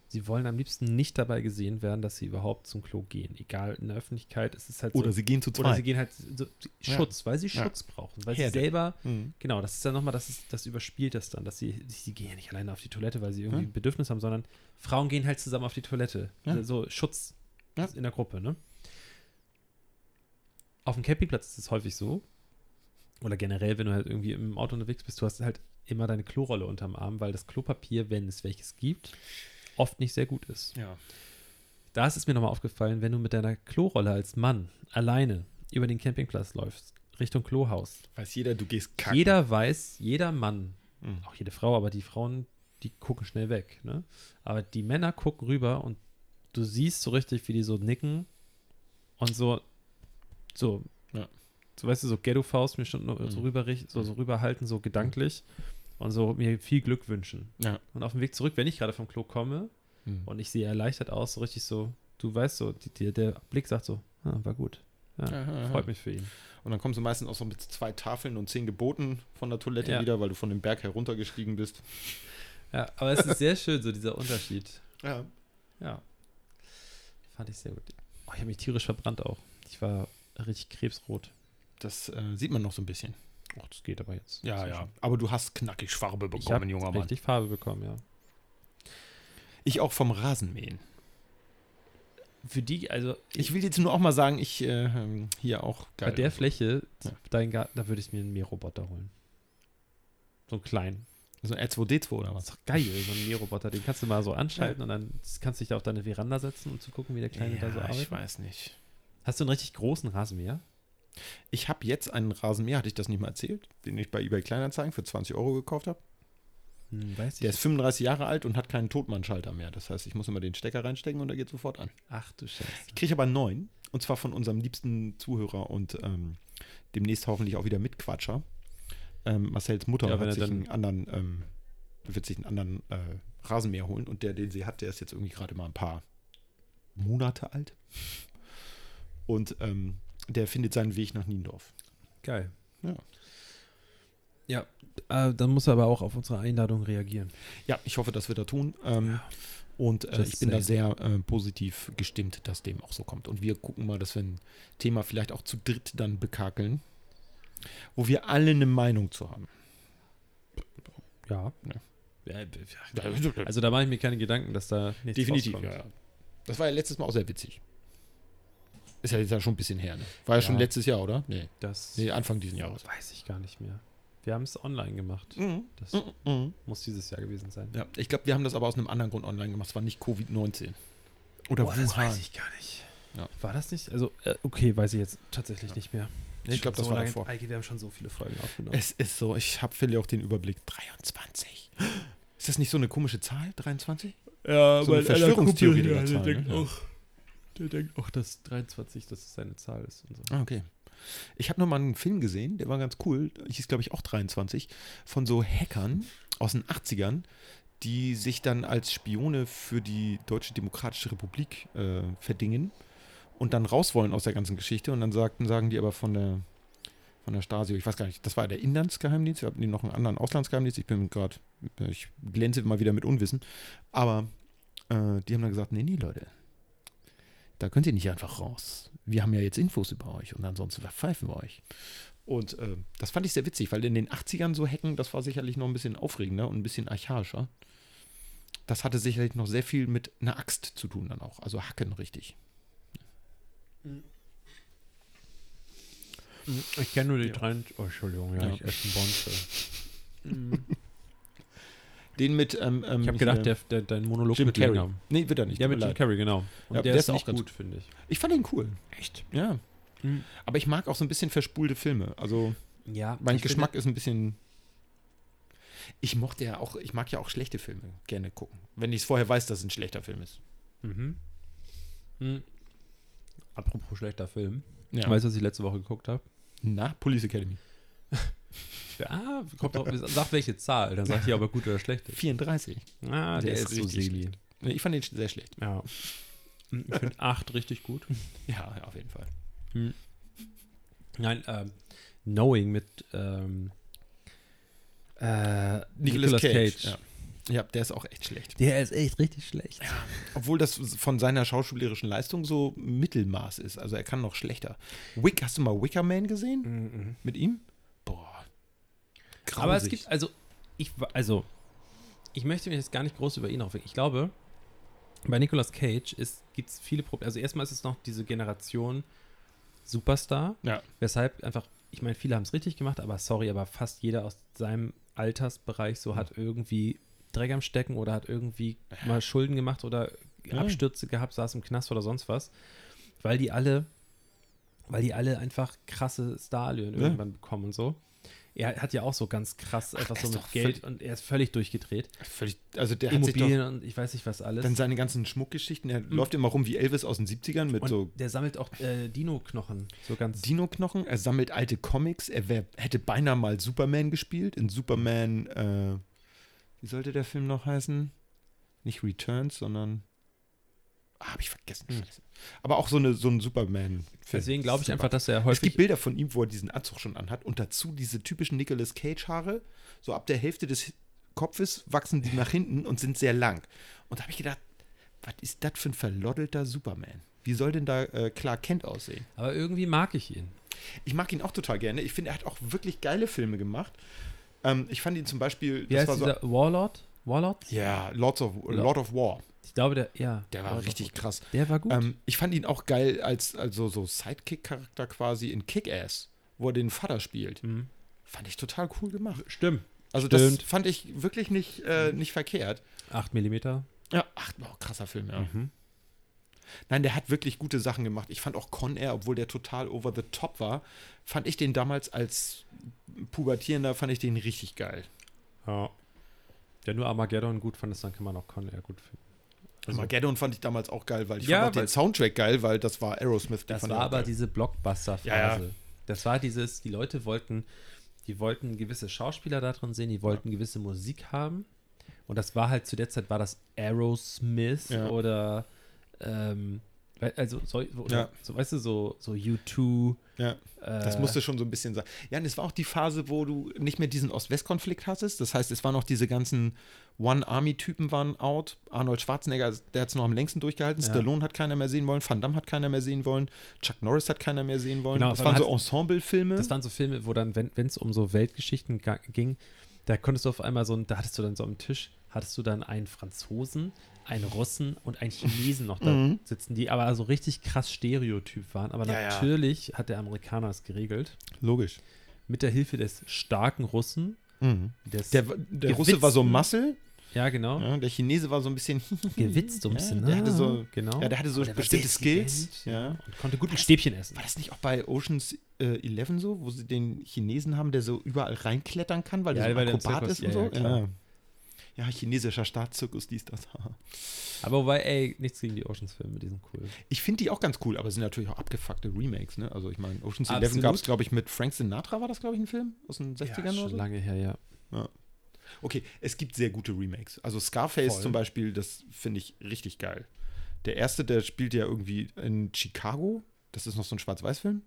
C: sie wollen am liebsten nicht dabei gesehen werden, dass sie überhaupt zum Klo gehen. Egal, in der Öffentlichkeit ist es halt
B: Oder
C: so.
B: sie gehen zu
C: oder sie
B: zweit.
C: gehen halt so, Schutz, weil sie
B: Ja.
C: Schutz brauchen, weil
B: Herde.
C: sie selber
B: Mhm.
C: Genau, das ist dann nochmal, das, ist- das überspielt das dann, dass sie, sie gehen ja nicht alleine auf die Toilette, weil sie irgendwie
B: Ja.
C: ein Bedürfnis haben, sondern Frauen gehen halt zusammen auf die Toilette. Also
B: Ja.
C: So Schutz
B: Ja.
C: in der Gruppe, ne? Auf dem Campingplatz ist es häufig so, oder generell, wenn du halt irgendwie im Auto unterwegs bist, du hast halt immer deine Klorolle unterm Arm, weil das Klopapier, wenn es welches gibt, oft nicht sehr gut ist.
B: Ja.
C: Da ist es mir nochmal aufgefallen, wenn du mit deiner Klorolle als Mann alleine über den Campingplatz läufst, Richtung Klohaus,
B: Weiß jeder, du gehst kacken.
C: jeder weiß, jeder Mann,
B: Mhm.
C: auch jede Frau, aber die Frauen, die gucken schnell weg. Ne? Aber die Männer gucken rüber und du siehst so richtig, wie die so nicken und so, so,
B: Ja.
C: so weißt du, so Ghetto-Faust mir schon so,
B: Mhm.
C: rüber, so, so rüberhalten, so gedanklich und so mir viel Glück wünschen.
B: Ja.
C: Und auf dem Weg zurück, wenn ich gerade vom Klo komme
B: Mhm.
C: und ich sehe erleichtert aus, so richtig so, du weißt so, die, die, der Blick sagt so, ah, war gut. Ja,
B: Aha, aha.
C: freut mich für ihn.
B: Und dann kommst du meistens auch so mit zwei Tafeln und zehn Geboten von der Toilette
C: Ja.
B: wieder, weil du von dem Berg heruntergestiegen bist.
C: Ja, aber es ist sehr schön, so dieser Unterschied.
B: Ja.
C: Ja. Fand ich sehr gut. Oh, ich habe mich tierisch verbrannt auch. Ich war richtig krebsrot.
B: Das äh, sieht man noch so ein bisschen.
C: Ach, das geht aber jetzt.
B: Ja, ja. Aber du hast knackig Farbe
C: Ich habe
B: bekommen, junger Mann.
C: richtig Farbe bekommen, ja.
B: Ich auch vom Rasenmähen.
C: Für die, also
B: Ich will jetzt nur auch mal sagen, ich äh, ähm, hier auch
C: bei der Fläche,
B: Ja.
C: dein Garten, da würde ich mir einen Mähroboter holen. So einen kleinen.
B: So ein R2D2 oder was?
C: Das ist doch geil, so einen Mähroboter. Den kannst du mal so anschalten und dann kannst du dich da auf deine Veranda setzen, um zu gucken, wie der Kleine da so arbeitet.
B: ich weiß nicht.
C: Hast du einen richtig großen Rasenmäher?
B: Ich habe jetzt einen Rasenmäher, hatte ich das nicht mal erzählt, den ich bei eBay Kleinanzeigen für 20 Euro gekauft habe.
C: Hm, weiß ich.
B: Der ist 35 Jahre alt und hat keinen Totmannschalter mehr. Das heißt, ich muss immer den Stecker reinstecken und er geht sofort an.
C: Ach du Scheiße.
B: Ich kriege aber einen neuen. Und zwar von unserem liebsten Zuhörer und ähm, demnächst hoffentlich auch wieder Mitquatscher. Ähm, Marcells Mutter
C: Ja, wenn
B: wird,
C: er
B: sich einen
C: dann-
B: anderen, ähm, wird sich einen anderen äh, Rasenmäher holen. Und der, den sie hat, der ist jetzt irgendwie gerade mal ein paar Monate alt. Und ähm, der findet seinen Weg nach Niendorf.
C: Geil.
B: Ja.
C: Ja, äh, dann muss er aber auch auf unsere Einladung reagieren.
B: Ja, ich hoffe, das wird er tun. Ähm, Und äh,
C: Just
B: ich bin da
C: saying.
B: sehr äh, positiv gestimmt, dass dem auch so kommt. Und wir gucken mal, dass wir ein Thema vielleicht auch zu dritt dann bekakeln, wo wir alle eine Meinung zu haben.
C: Ja.
B: Ja.
C: Ja, Also da mache ich mir keine Gedanken, dass da nichts
B: Definitiv,
C: rauskommt.
B: ja, ja. Das war ja letztes Mal auch sehr witzig. Ist ja jetzt ja schon ein bisschen her, ne? War ja, schon
C: Ja.
B: letztes Jahr, oder? Nee.
C: Das
B: Nee, Anfang diesen Jahres.
C: weiß ich gar nicht mehr. Wir haben es online gemacht. Das muss dieses Jahr gewesen sein.
B: Hm. Ja, ich glaube, wir haben das aber aus einem anderen Grund online gemacht. Es war nicht Covid-19. Oder
C: Boah, das weiß ich gar nicht.
B: Ja.
C: War das nicht? Also, äh, okay, weiß ich jetzt tatsächlich nicht mehr.
B: Nee, ich glaube, das
C: so
B: war
C: lange-
B: davor.
C: Eike, wir haben schon so viele Folgen aufgenommen.
B: Es ist so, ich habe Philly auch den Überblick. 23. Ist das nicht so eine komische Zahl? 23?
C: Ja,
B: So eine
C: mein einer Kumpel hier, der
D: halt
B: Verschwörungstheoretiker-Zahl,
C: denkt
B: ne? Ja.
C: auch, der denkt auch, dass 23, dass es seine Zahl ist und so.
B: Ah, okay. Ich habe nochmal einen Film gesehen, der war ganz cool. Hieß, glaube ich, auch 23. Von so Hackern aus den 80ern, die sich dann als Spione für die Deutsche Demokratische Republik äh, verdingen und dann raus wollen aus der ganzen Geschichte. Und dann sagten, sagen die aber von der, von der Stasi, ich weiß gar nicht, das war der Inlandsgeheimdienst, wir hatten noch einen anderen Auslandsgeheimdienst. Ich bin gerade, ich glänze mal wieder mit Unwissen. Aber äh, die haben dann gesagt: Nee, nee, Leute, da könnt ihr nicht einfach raus. Wir haben ja jetzt Infos über euch und ansonsten verpfeifen wir euch. Und äh, das fand ich sehr witzig, weil in den 80ern so hacken, das war sicherlich noch ein bisschen aufregender und ein bisschen archaischer. Das hatte sicherlich noch sehr viel mit einer Axt zu tun dann auch. Also hacken richtig.
C: Ich kenne nur die
D: Ja.
C: 23. Oh, Entschuldigung, ja,
B: Ja.
C: ich esse einen Bonze. Mhm.
B: Den mit ähm, ähm,
C: Hm, Ich äh, habe
B: hier-
C: gedacht, der, der, dein Monolog
B: Jim
C: mit
B: Carrey.
C: Länger.
B: Nee, wird er nicht.
C: Ja,
B: tut mir
C: mit Jim
B: leid.
C: Carrey, genau. Und
B: Ja,
C: der, ist, auch
B: ganz-
C: gut, finde ich.
B: Ich fand den cool.
C: Echt?
B: Ja.
C: Mhm.
B: Aber ich mag auch so ein bisschen verspulte Filme. Also
C: Ja.
B: mein Geschmack ist ein bisschen. Ich mochte ja auch, ich mag ja auch schlechte Filme gerne gucken. Wenn ich es vorher weiß, dass es ein schlechter Film ist.
C: Mhm. Mhm. Apropos schlechter Film.
B: Ja.
C: Weißt du, was ich letzte Woche geguckt habe?
B: Na, Police Academy.
C: Ah, kommt drauf, sag welche Zahl, dann sag ich aber gut oder schlecht.
B: 34.
C: Ah,
B: Der
C: der, ist,
B: ist
C: so
B: richtig
C: semi.
B: Nee, ich fand den sehr schlecht.
C: Ja. Mhm, Ich finde 8 richtig gut.
B: Ja, ja, auf jeden Fall.
C: Nein, ähm, Knowing mit ähm, äh,
B: Nicolas,
C: Nicolas
B: Cage.
C: Cage.
B: Ja. ja, der ist auch echt schlecht.
C: Der ist echt richtig schlecht.
B: Obwohl das von seiner schauspielerischen Leistung so Mittelmaß ist. Also er kann noch schlechter. Wick, hast du mal Wickerman gesehen
C: Mhm.
B: mit ihm? Boah. Grausig.
C: Aber es gibt, also ich, wa- also, ich möchte mich jetzt gar nicht groß über ihn aufregen. Ich glaube, bei Nicolas Cage gibt es viele Probleme. Also, erstmal ist es noch diese Generation Superstar,
B: Ja.
C: weshalb einfach, ich meine, viele haben es richtig gemacht, aber sorry, aber fast jeder aus seinem Altersbereich so hat
B: Hm.
C: irgendwie Dreck am Stecken oder hat irgendwie mal Schulden gemacht oder
B: Ja.
C: Abstürze gehabt, saß im Knast oder sonst was, weil die alle, weil die alle einfach krasse Starlöhne
B: Ja.
C: irgendwann bekommen und so. Er hat ja auch so ganz krass einfach
B: er
C: so
B: ist
C: mit
B: doch
C: Geld und er ist völlig durchgedreht.
B: Völlig, also der hat sich doch
C: Immobilien und ich weiß nicht was alles.
B: dann seine ganzen Schmuckgeschichten. Er läuft immer rum wie Elvis aus den 70ern mit
C: und
B: so
C: der sammelt auch äh, Dino-Knochen. So ganz.
B: Dino-Knochen. Er sammelt alte Comics. Er wär, hätte beinahe mal Superman gespielt. In Superman, äh, wie sollte der Film noch heißen? Nicht Returns, sondern. Ah, habe ich vergessen. Scheiße. Aber auch so, eine, so ein Superman-Film.
C: Hm. Deswegen glaube ich
B: Super.
C: einfach, dass er
B: Es gibt
C: häufig.
B: Bilder von ihm, wo er diesen Anzug schon anhat und dazu diese typischen Nicolas Cage-Haare. So ab der Hälfte des Kopfes wachsen die nach hinten und sind sehr lang. Und da habe ich gedacht, was ist das für ein verloddelter Superman? Wie soll denn da äh, Clark Kent aussehen?
C: Aber irgendwie mag ich ihn.
B: Ich mag ihn auch total gerne. Ich finde, er hat auch wirklich geile Filme gemacht. Ähm, ich fand ihn zum Beispiel,
C: Wie heißt dieser Warlord? Warlord?
B: so, ja, Lords of,
C: Ja.
B: Lord of War.
C: Ich glaube, der, ja.
B: Der war
C: Warlord.
B: richtig krass.
C: Der war gut.
B: Ähm, ich fand ihn auch geil als, als so, so Sidekick-Charakter quasi in Kick-Ass, wo er den Vater spielt.
C: Mhm.
B: Fand ich total cool gemacht.
C: Stimmt.
B: Also
C: Stimmt.
B: das fand ich wirklich nicht, äh, nicht verkehrt.
C: 8 mm.
B: Ja, ach, wow, krasser Film, ja.
C: Mhm.
B: Nein, der hat wirklich gute Sachen gemacht. Ich fand auch Con Air, obwohl der total over the top war, fand ich den damals als Pubertierender, fand ich den richtig geil.
C: Ja. Der nur Armageddon gut fand, ist, dann kann man auch Con Air gut finden. Also-
B: Armageddon fand ich damals auch geil, weil ich
C: Ja,
B: fand auch
C: weil-
B: den Soundtrack geil, weil das war Aerosmith. die
C: Das
B: fand ich
C: war
B: auch
C: aber
B: geil.
C: diese Blockbuster-Phase.
B: Ja, ja.
C: Das war dieses, die Leute wollten, die wollten gewisse Schauspieler da drin sehen, die wollten gewisse Musik haben. Und das war halt zu der Zeit war das Aerosmith
B: Ja.
C: oder ähm, we- also so, oder,
B: Ja.
C: so weißt du, so, so U2.
B: Ja.
C: Äh,
B: Das musste schon so ein bisschen sein. Ja, und es war auch die Phase, wo du nicht mehr diesen Ost-West-Konflikt hattest. Das heißt, es waren auch diese ganzen One-Army-Typen waren out. Arnold Schwarzenegger, der hat es noch am längsten durchgehalten.
C: Ja.
B: Stallone hat keiner mehr sehen wollen. Van Damme hat keiner mehr sehen wollen. Chuck Norris hat keiner mehr sehen wollen.
C: Genau,
B: das
C: aber
B: waren
C: man
B: so Ensemble-Filme.
C: Das waren so Filme, wo dann, wenn es um so Weltgeschichten ga- ging, da konntest du auf einmal so, ein- da hattest du dann so am Tisch, hattest du dann einen Franzosen, einen Russen und einen Chinesen noch da
B: Mhm.
C: sitzen, die aber so richtig krass Stereotyp waren. Aber
B: Ja, ja.
C: natürlich hat der Amerikaner es geregelt.
B: Logisch.
C: Mit der Hilfe des starken Russen.
B: Mhm.
C: Des,
B: Der, der
C: Gewitzten-
B: Russe war so Muscle,
C: ja, genau.
B: ja, der Chinese war so ein bisschen.
C: Gewitzt so ein
B: Ja,
C: bisschen.
B: der hatte
C: ah,
B: so-
C: genau.
B: Ja, der hatte so
C: Der war
B: bestimmte
C: sehr
B: Skills.
C: intelligent,
B: Ja.
C: Und konnte gut mit Stäbchen essen.
B: War das nicht auch bei Oceans äh, 11 so, wo sie den Chinesen haben, der so überall reinklettern kann, weil
C: Ja,
B: der so
C: weil
B: ein
C: der im
B: Akrobat
C: Zirkus-
B: ist und
C: ja, ja,
B: so?
C: klar.
B: Ja. ja, chinesischer Staatszirkus, dies, das.
C: Aber wobei, ey, nichts gegen die Oceans-Filme, die sind cool.
B: Ich finde die auch ganz cool, aber es sind natürlich auch abgefuckte Remakes. Ne? Also ich meine, Oceans 11
C: Absolut.
B: gab es, glaube ich, mit Frank Sinatra war das, glaube ich, ein Film aus den 60ern
C: ja,
B: oder
C: schon
B: so.
C: lange her, ja.
B: Okay, es gibt sehr gute Remakes. Also Scarface
C: Voll.
B: zum Beispiel, das finde ich richtig geil. Der erste, der spielt ja irgendwie in Chicago. Das ist noch so ein Schwarz-Weiß-Film.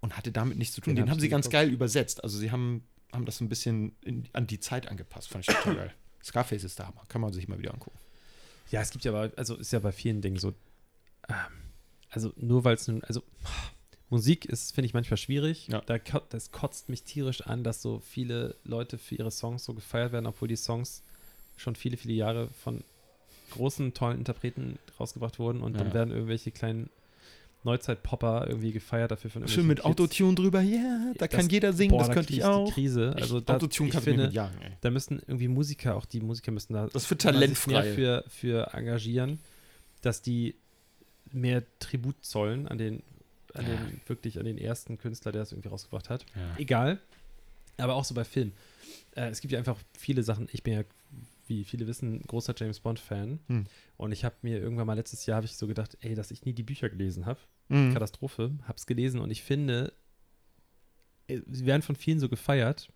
B: Und hatte damit nichts zu tun.
C: Den
B: Den,
C: hab
B: haben
C: ich
B: sie
C: nie
B: ganz
C: geguckt.
B: geil übersetzt. Also sie haben, haben das so ein bisschen in, an die Zeit angepasst. Fand ich total geil. Scarface ist der Hammer. Kann man sich mal wieder angucken.
C: Ja, es gibt ja aber, also ist ja bei vielen Dingen so, ähm, also nur weil es nun, also Musik ist, finde ich manchmal schwierig.
B: Ja.
C: Da, ko- das kotzt mich tierisch an, dass so viele Leute für ihre Songs so gefeiert werden, obwohl die Songs schon viele, viele Jahre von großen, tollen Interpreten rausgebracht wurden und dann
B: Ja.
C: werden irgendwelche kleinen Neuzeit-Popper irgendwie gefeiert dafür von
B: Schön mit
C: irgendwelchen Kids.
B: Autotune drüber. Ja, da
C: Das-
B: kann jeder singen.
C: Boah,
B: das
C: da
B: könnte
C: krieg
B: ich
C: die
B: auch.
C: Krise. Also
B: Echt,
C: da,
B: Autotune
C: ich
B: kannst du mich
C: finde,
B: mit jagen, ey.
C: da müssten irgendwie Musiker, auch die Musiker müssen da
B: Das ist für
C: man sich
B: talentfrei.
C: mehr für, für engagieren, dass die mehr Tribut zollen an den, an
B: Ja.
C: den wirklich an den ersten Künstler, der das irgendwie rausgebracht hat.
B: Ja.
C: Egal, aber auch so bei Filmen. Äh, es gibt ja einfach viele Sachen. Ich bin ja, wie viele wissen, ein großer James Bond Fan
B: Hm.
C: und ich habe mir irgendwann mal letztes Jahr habe ich so gedacht, ey, dass ich nie die Bücher gelesen habe.
B: Mhm.
C: Katastrophe, hab's gelesen und ich finde, äh, sie werden von vielen so gefeiert.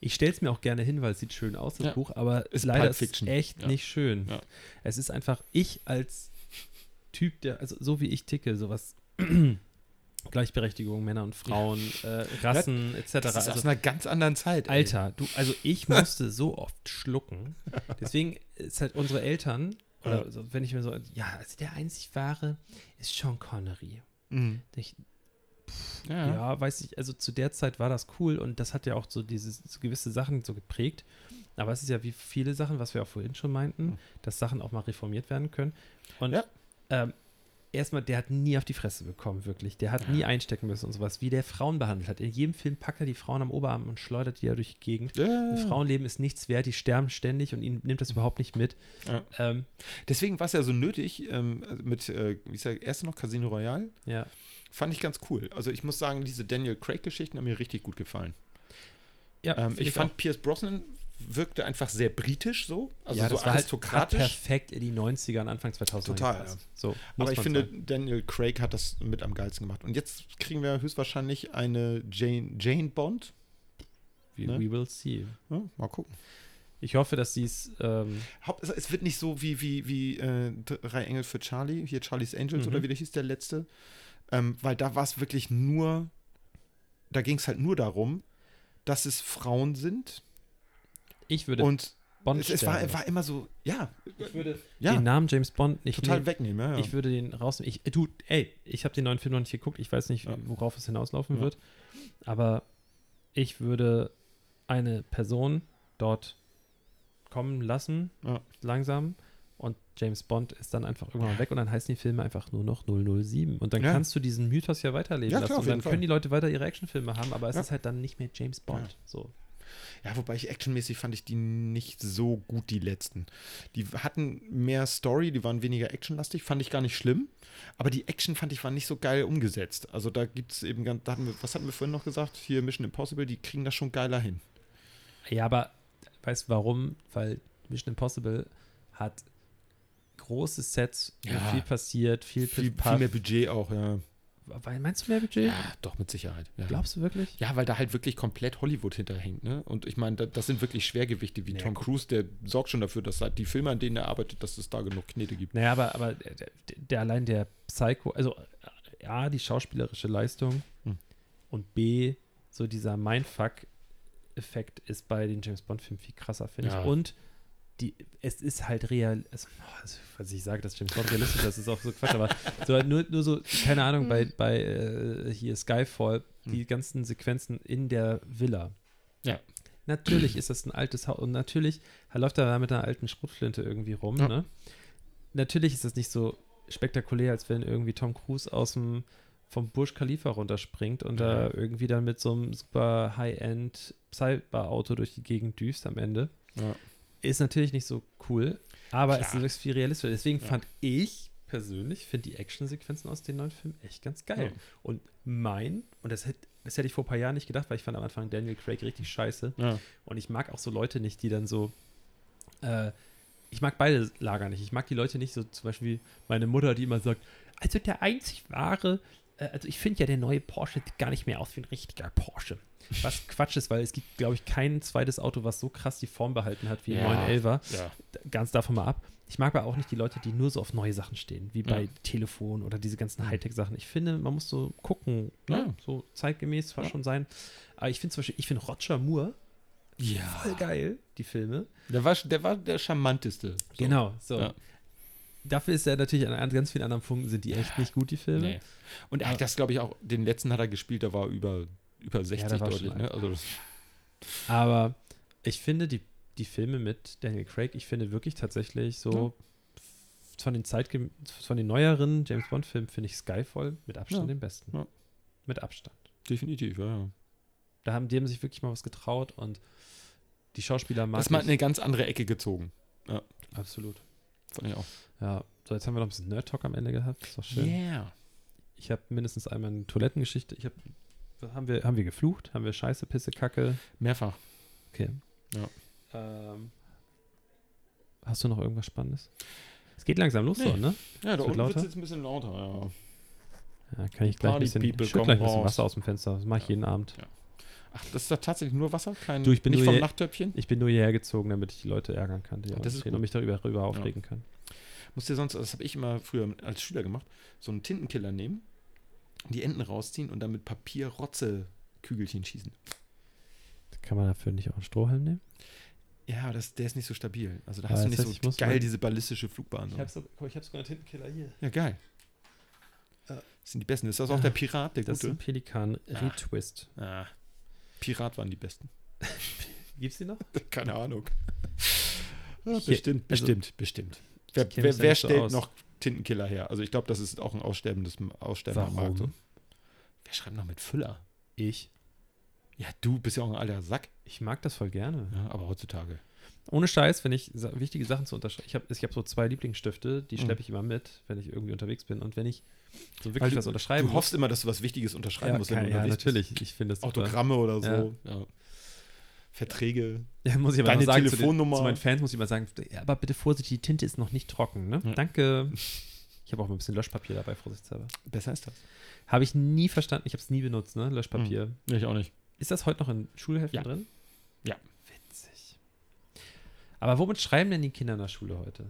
C: Ich stell's mir auch gerne hin, weil es sieht schön aus, das
B: Ja.
C: Buch, aber
B: Ist
C: leider
B: Pulp
C: ist es
B: Fiction.
C: echt
B: Ja.
C: nicht schön.
B: Ja.
C: Es ist einfach, ich als Typ, der, also so wie ich ticke, sowas Gleichberechtigung, Männer und Frauen, äh, Rassen, etc.
B: Das ist aus
C: Also,
B: einer ganz anderen Zeit. ey.
C: Alter, du, also ich musste so oft schlucken. Deswegen ist halt unsere Eltern, oder
B: Ja.
C: so, wenn ich mir so, ja, also der einzig wahre ist Sean Connery.
B: Mhm.
C: Ich,
B: Ja.
C: ja, weiß ich, also zu der Zeit war das cool und das hat ja auch so dieses so gewisse Sachen so geprägt. Aber es ist ja wie viele Sachen, was wir auch vorhin schon meinten,
B: Hm.
C: dass Sachen auch mal reformiert werden können. Und
B: Ja.
C: ähm, erstmal, der hat nie auf die Fresse bekommen, wirklich. Der hat nie einstecken müssen und sowas, wie der Frauen behandelt hat. In jedem Film packt er die Frauen am Oberarm und schleudert die ja durch die Gegend.
B: Ja. Hm.
C: Ein Frauenleben ist nichts wert, die sterben ständig und ihn nimmt das überhaupt nicht mit.
B: Ja.
C: Ähm,
B: Deswegen war es ja so nötig ähm, mit, äh, wie ist der erste noch, Casino Royale.
C: ja.
B: Fand ich ganz cool. Also ich muss sagen, diese Daniel Craig-Geschichten haben mir richtig gut gefallen.
C: ja
B: Ähm,
C: finde
B: ich fand,
C: auch.
B: Pierce Brosnan wirkte einfach sehr britisch so, also
C: ja,
B: so
C: das war halt grad
B: aristokratisch.
C: perfekt in die 90er und Anfang 2000er.
B: Total,
C: gepasst. So, muss
B: aber ich
C: man
B: finde,
C: sagen.
B: Daniel Craig hat das mit am geilsten gemacht. Und jetzt kriegen wir höchstwahrscheinlich eine Jane, Jane Bond.
C: We,
B: Ne?
C: we will see.
B: Ja, mal gucken.
C: Ich hoffe, dass sie es. Ähm,
B: Haupt, es- es wird nicht so wie, wie, wie äh, Drei Engel für Charlie, hier Charlie's Angels
C: Mhm.
B: oder wie der hieß der letzte. Ähm, weil da war es wirklich nur, da ging es halt nur darum, dass es Frauen sind.
C: ich würde
B: Und
C: Bond.
B: es, es war,
C: sterben
B: war immer so, ja,
C: lassen. ich würde
B: ja,
C: den Namen James Bond nicht.
B: total
C: nehmen.
B: wegnehmen. Ja, ja.
C: Ich würde den rausnehmen. Ich, äh, du, ey, ich habe den neuen Film noch nicht geguckt. Ich weiß nicht,
B: Ja.
C: worauf es hinauslaufen
B: Ja.
C: wird. Aber ich würde eine Person dort kommen lassen,
B: Ja.
C: langsam. Und James Bond ist dann einfach irgendwann weg und dann heißen die Filme einfach nur noch 007. Und dann
B: Ja.
C: kannst du diesen Mythos ja weiterleben
B: Ja,
C: lassen.
B: klar, auf
C: und dann
B: jeden Fall.
C: können die Leute weiter ihre Actionfilme haben, aber es
B: Ja.
C: ist halt dann nicht mehr James Bond. So.
B: ja, wobei ich actionmäßig fand ich die nicht so gut, die letzten. Die hatten mehr Story, die waren weniger actionlastig, fand ich gar nicht schlimm. Aber die Action fand ich war nicht so geil umgesetzt. Also da gibt es eben ganz, da hatten wir, was hatten wir vorhin noch gesagt? Hier Mission Impossible, die kriegen das schon geiler hin.
C: Ja, aber weißt du warum? Weil Mission Impossible hat große Sets, wo
B: Ja.
C: viel passiert, viel,
B: Viel,
C: Piff-Paff.
B: viel mehr Budget auch, ja.
C: Weil, meinst du mehr Budget?
B: Ja, doch, mit Sicherheit. Ja.
C: Glaubst du wirklich?
B: Ja, weil da halt wirklich komplett Hollywood hinterhängt, ne? Und ich meine, da, das sind wirklich Schwergewichte wie
C: Naja,
B: Tom Cruise, der sorgt schon dafür, dass halt die Filme, an denen er arbeitet, dass es da genug Knete gibt.
C: Naja, aber, aber der, der, der allein der Psycho, also äh, A, die schauspielerische Leistung
B: Hm.
C: und B, so dieser Mindfuck-Effekt ist bei den James Bond-Filmen viel krasser, finde
B: Ja.
C: ich. Und die, es ist halt real. Also, also, was ich sage, dass James Bond realistisch ist, das ist auch so Quatsch, aber so, halt nur, nur so, keine Ahnung, bei, bei
B: Hm.
C: äh, hier Skyfall, die ganzen Sequenzen in der Villa.
B: Ja.
C: Natürlich ist das ein altes Haus und natürlich er läuft er da mit einer alten Schrotflinte irgendwie rum.
B: Ja.
C: Ne? Natürlich ist das nicht so spektakulär, als wenn irgendwie Tom Cruise aus dem vom Burj Khalifa runterspringt und da irgendwie dann mit so einem super High-End Cyber-Auto durch die Gegend düst am Ende.
B: Ja.
C: Ist natürlich nicht so cool, aber es
B: Klar.
C: ist viel realistischer. Deswegen
B: Ja.
C: fand ich persönlich, finde die Actionsequenzen aus den neuen Filmen echt ganz geil.
B: Ja.
C: Und mein, und das hätte, das hätte ich vor ein paar Jahren nicht gedacht, weil ich fand am Anfang Daniel Craig richtig scheiße.
B: Ja.
C: Und ich mag auch so Leute nicht, die dann so. Äh, ich mag beide Lager nicht. Ich mag die Leute nicht, so zum Beispiel wie meine Mutter, die immer sagt: Also der einzig wahre. äh, Also ich finde ja, der neue Porsche sieht gar nicht mehr aus wie ein richtiger Porsche. Was Quatsch ist, weil es gibt, glaube ich, kein zweites Auto, was so krass die Form behalten hat wie
B: Ja.
C: ein 911er.
B: Ja.
C: D- Ganz davon mal ab. Ich mag aber auch nicht die Leute, die nur so auf neue Sachen stehen, wie bei
B: Ja.
C: Telefon oder diese ganzen Hightech-Sachen. Ich finde, man muss so gucken, ne?
B: Ja.
C: so zeitgemäß zwar schon sein. Aber ich finde zum Beispiel, ich finde Roger Moore
B: ja.
C: voll geil, die Filme.
B: Der, war, der war der charmanteste. So.
C: Genau, so.
B: Ja.
C: Dafür ist er natürlich an an ganz vielen anderen Punkten sind die echt nicht gut, die Filme.
B: Nee. Und er hat das, glaube ich, auch, den letzten hat er gespielt, da war über, über 60
C: war schon
B: deutlich.
C: alt.
B: Ne? Also, das-
C: Aber ich finde die, die Filme mit Daniel Craig, ich finde wirklich tatsächlich so von den Zeitge von den neueren James Bond-Filmen finde ich Skyfall mit Abstand
B: Ja.
C: den besten.
B: Ja.
C: Mit Abstand.
B: definitiv, ja, ja.
C: Da haben die haben sich wirklich mal was getraut und die Schauspieler mag
B: Das mal
C: ich.
B: eine ganz andere Ecke gezogen.
C: Absolut.
B: Fand ich auch.
C: Ja, so jetzt haben wir noch ein bisschen Nerd-Talk am Ende gehabt. Ist doch schön.
B: Yeah.
C: Ich habe mindestens einmal eine Toilettengeschichte. Ich habe haben wir, haben wir geflucht? Haben wir Scheiße, Pisse, Kacke?
B: Mehrfach.
C: Okay.
B: Ja.
C: Ähm, hast du noch irgendwas Spannendes? Es geht langsam los,
B: Nee.
C: so, ne?
B: Ja, da
C: wird
B: unten
C: lauter?
B: wird's jetzt ein bisschen lauter, ja.
C: Ja, kann ich gleich ein
B: Party
C: bisschen,
B: people
C: ich schütt gleich ein
B: kommen
C: bisschen
B: raus.
C: Wasser aus dem Fenster. Das mache ich
B: Ja.
C: jeden Abend.
B: Ach, das ist da tatsächlich nur Wasser? Kein,
C: Du, ich bin
B: nicht
C: nur
B: vom
C: hier-
B: Nachtöpfchen?
C: Ich bin nur hierher gezogen, damit ich die Leute ärgern kann, die
B: Ja,
C: auch
B: das ist
C: stehen und
B: gut.
C: mich darüber darüber aufregen kann.
B: Musst dir sonst, das habe ich immer früher mit- als Schüler gemacht, so einen Tintenkiller nehmen, die Enden rausziehen und dann mit Papier Rotze-Kügelchen schießen.
C: Kann man dafür nicht auch einen Strohhalm nehmen?
B: Ja, das, der ist nicht so stabil. Also da
C: Ah,
B: hast du
C: das
B: nicht
C: heißt, ich
B: so
C: muss
B: geil
C: mal-
B: diese ballistische Flugbahn.
C: habe sogar einen Tintenkiller hier.
B: ja, geil.
C: Ja.
B: Das sind die Besten. Ist das auch
C: Ah,
B: der Pirat, der
C: Äh. Das ist
B: Gute?
C: ein Pelikan Retwist.
B: Ah, Pirat waren die Besten.
C: Gibt's die noch?
B: Keine Ahnung.
C: Hier-
B: bestimmt,
C: also-
B: bestimmt, bestimmt. Wer,
C: kenn mich
B: wer,
C: da
B: wer
C: nicht so
B: stellt
C: aus.
B: noch Tintenkiller her? Also ich glaube, das ist auch ein aussterbendes aussterbender
C: Warum?
B: Markt. so. Wer schreibt noch mit Füller?
C: Ich.
B: Ja, du bist ja auch ein alter Sack.
C: Ich mag das voll gerne.
B: Ja, aber heutzutage.
C: Ohne Scheiß, wenn ich sa- wichtige Sachen zu unterschreiben. Ich habe ich hab so zwei Lieblingsstifte, die
B: Mhm.
C: schleppe ich immer mit, wenn ich irgendwie unterwegs bin. Und wenn ich so wirklich
B: du-
C: was unterschreiben
B: Du hoffst immer, dass du was Wichtiges
C: muss,
B: unterschreiben
C: ja,
B: musst,
C: kann,
B: du
C: ja,
B: unterwegs bist.
C: natürlich. Ich finde das super.
B: Autogramme oder so. Ja. Verträge.
C: Ja, muss ich aber
B: Deine
C: mal sagen, Zu, den,
B: Telefonnummer.
C: zu meinen Fans muss ich mal sagen, ja, aber bitte Vorsicht, die Tinte ist noch nicht trocken. Ne?
B: Ja.
C: Danke. Ich habe auch mal ein bisschen Löschpapier dabei, vorsichtshalber.
B: Besser ist das.
C: Habe ich nie verstanden. Ich habe es nie benutzt, ne? Löschpapier.
B: Nee, ich auch nicht.
C: Ist das heute noch in
B: Mhm.
C: Schulheften
B: Ja.
C: drin?
B: Ja.
C: Witzig. Aber womit schreiben denn die Kinder in der Schule heute?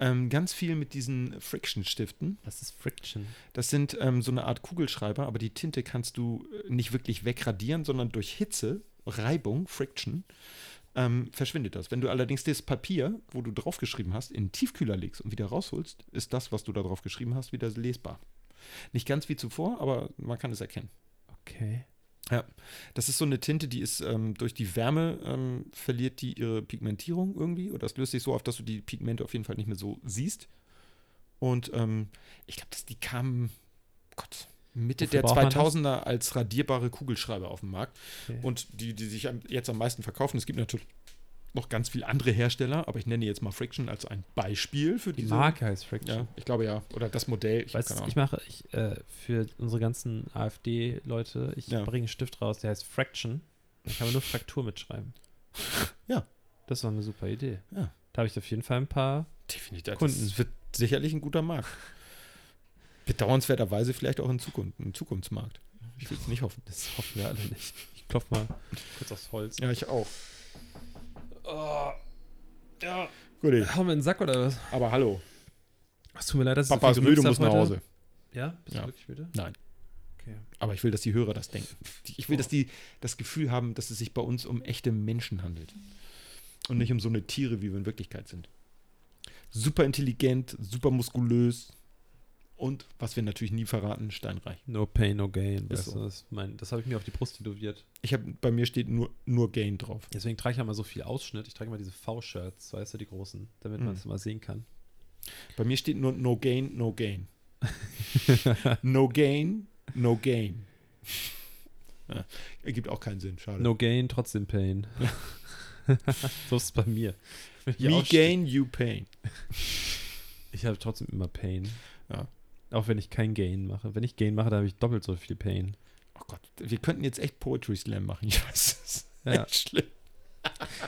B: Ähm, ganz viel mit diesen Friction-Stiften.
C: Das ist Friction.
B: Das sind ähm, so eine Art Kugelschreiber, aber die Tinte kannst du äh, nicht wirklich wegradieren, sondern durch Hitze, Reibung, Friction, ähm, verschwindet das. Wenn du allerdings das Papier, wo du draufgeschrieben hast, in den Tiefkühler legst und wieder rausholst, ist das, was du da drauf geschrieben hast, wieder lesbar. Nicht ganz wie zuvor, aber man kann es erkennen.
C: Okay.
B: Das ist so eine Tinte, die ist ähm, durch die Wärme ähm, verliert die ihre Pigmentierung irgendwie oder es löst sich so auf, dass du die Pigmente auf jeden Fall nicht mehr so siehst. Und ähm, ich glaube, dass die kamen Gott, Mitte
C: Wofür
B: der
C: braucht man das?
B: 2000er als radierbare Kugelschreiber auf dem Markt
C: okay.
B: und die, die sich am- jetzt am meisten verkaufen. Es gibt natürlich noch ganz viele andere Hersteller, aber ich nenne jetzt mal Friction als ein Beispiel für
C: Die
B: diese.
C: Marke heißt Friction.
B: Ja, ich glaube ja. Oder das Modell. Ich
C: Ich
B: hab
C: weiß,
B: keine
C: ich
B: Ahnung.
C: mache ich, äh, für unsere ganzen AfD-Leute, ich
B: Ja.
C: bringe einen Stift raus, der heißt Fraction. Da kann man nur Fraktur mitschreiben.
B: Ja.
C: Das war eine super Idee.
B: Ja.
C: Da habe ich auf jeden Fall ein paar.
B: Definitiv.
C: Kunden.
B: Das wird sicherlich ein guter Markt. Bedauernswerterweise vielleicht auch in Zukunft, ein Zukunftsmarkt. Ich will es nicht hoffen.
C: Das hoffen wir alle nicht. Ich klopfe mal kurz aufs Holz.
B: Ja, ich auch.
C: Oh,
B: Gut, ey.
C: hauen wir in den Sack oder was?
B: aber hallo.
C: Es tut mir leid, dass ich
B: Papa
C: so
B: ist
C: viel
B: müde und muss
C: gerülpst
B: nach
C: hab
B: Hause.
C: heute. Ja? Bist
B: Ja.
C: du wirklich müde?
B: Nein.
C: Okay.
B: Aber ich will, dass die Hörer das denken. Die- Ich will, dass die das Gefühl haben, dass es sich bei uns um echte Menschen handelt. Und nicht um so eine Tiere, wie wir in Wirklichkeit sind. Super intelligent, super muskulös, Und was wir natürlich nie verraten, steinreich.
C: No pain, no gain.
B: Ist
C: Weißt
B: so.
C: du, das, mein- das habe ich mir auf die Brust tätowiert.
B: Ich habe bei mir steht nur, nur Gain drauf.
C: Deswegen trage ich ja mal so viel Ausschnitt. Ich trage immer diese V-Shirts, weißt du, die großen, damit man
B: Mhm.
C: es mal sehen kann.
B: Bei mir steht nur No Gain, No Gain. no Gain, No Gain. Ja, ergibt auch keinen Sinn, schade.
C: No gain, trotzdem pain. so ist es bei mir. Wenn ich
B: Me
C: aufstehe-
B: Gain, You Pain.
C: Ich habe trotzdem immer Pain.
B: Ja.
C: Auch wenn ich kein Gain mache. Wenn ich Gain mache, dann habe ich doppelt so viel Pain.
B: Oh Gott, wir könnten jetzt echt Poetry Slam machen. Ich weiß, es ist
C: Ja.
B: echt schlimm.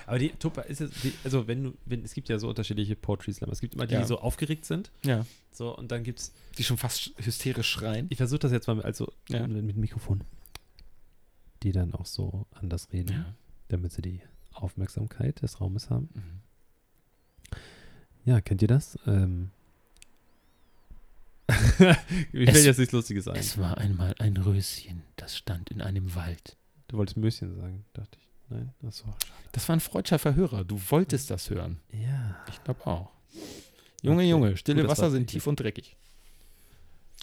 C: Aber die Tupper ist jetzt, die, also wenn du, wenn, es gibt ja so unterschiedliche Poetry Slammer. Es gibt immer die,
B: Ja.
C: die so aufgeregt sind.
B: Ja.
C: So, und dann gibt's,
B: Die schon fast hysterisch schreien.
C: ich versuche das jetzt mal, mit- also
B: Ja.
C: mit, mit Mikrofon. Die dann auch so anders reden, damit sie die Aufmerksamkeit des Raumes haben.
B: Mhm.
C: Ja, kennt ihr das? Ähm. Mir fällt
B: Es-
C: jetzt nichts Lustiges ein.
B: Es war einmal ein Röschen, das stand in einem Wald.
C: Du wolltest Möschen sagen, dachte ich. Nein, achso, schade.
B: Das war ein freudscher Verhörer. Du wolltest das hören.
C: Ja.
B: Ich glaube auch. Junge,
C: Okay.
B: Junge, stille
C: Gut, das
B: Wasser
C: war-
B: sind tief und dreckig.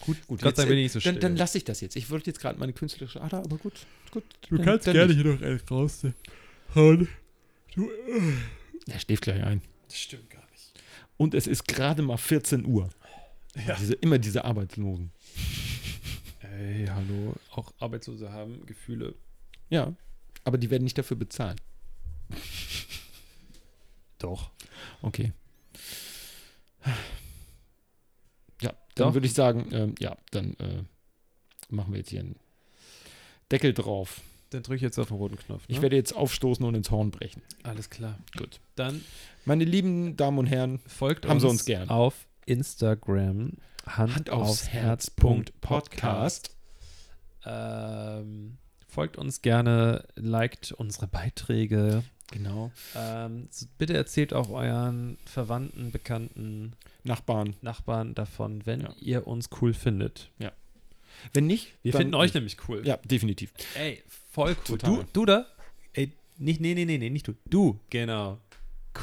B: Gut, gut. äh,
C: Gott sei Dank bin ich nicht so
B: dann,
C: still.
B: dann lasse ich das jetzt. Ich würde jetzt gerade meine künstlerische Ader, aber gut. gut
D: Du
B: dann,
D: kannst
B: dann
D: gerne hier noch eins raushauen. Du, äh.
B: nicht. Er schläft gleich ein.
D: Das stimmt gar nicht.
B: Und es ist gerade mal 14 Uhr.
D: Ja.
B: Diese, immer diese Arbeitslosen.
C: Ey, hallo. Auch Arbeitslose haben Gefühle.
B: Ja. Aber die werden nicht dafür bezahlt.
C: Doch.
B: Okay. Ja, dann
C: Doch.
B: würde ich sagen, ähm, ja, dann äh, machen wir jetzt hier einen Deckel drauf.
C: Dann drücke ich jetzt auf den roten Knopf. Ne?
B: Ich werde jetzt aufstoßen und ins Horn brechen.
C: Alles klar.
B: Gut.
C: Dann
B: Meine lieben Damen und Herren,
C: folgt
B: Haben
C: uns,
B: sie uns gern.
C: auf Instagram. Hand,
B: Hand aufs
C: aufs,
B: Herz
C: Herz.
B: Punkt
C: Podcast. Ähm, folgt uns gerne, liked unsere Beiträge.
B: genau,
C: Ähm, s- bitte erzählt auch euren Verwandten, Bekannten,
B: Nachbarn.
C: Nachbarn davon, wenn
B: Ja.
C: ihr uns cool findet.
B: Wenn nicht,
C: Wir
B: dann-
C: finden euch nämlich cool.
B: Ja, definitiv.
C: Ey, voll cool.
B: Total.
C: Du, du da? Ey, nicht, nee, nee, nee, nee, nicht du. Du, genau.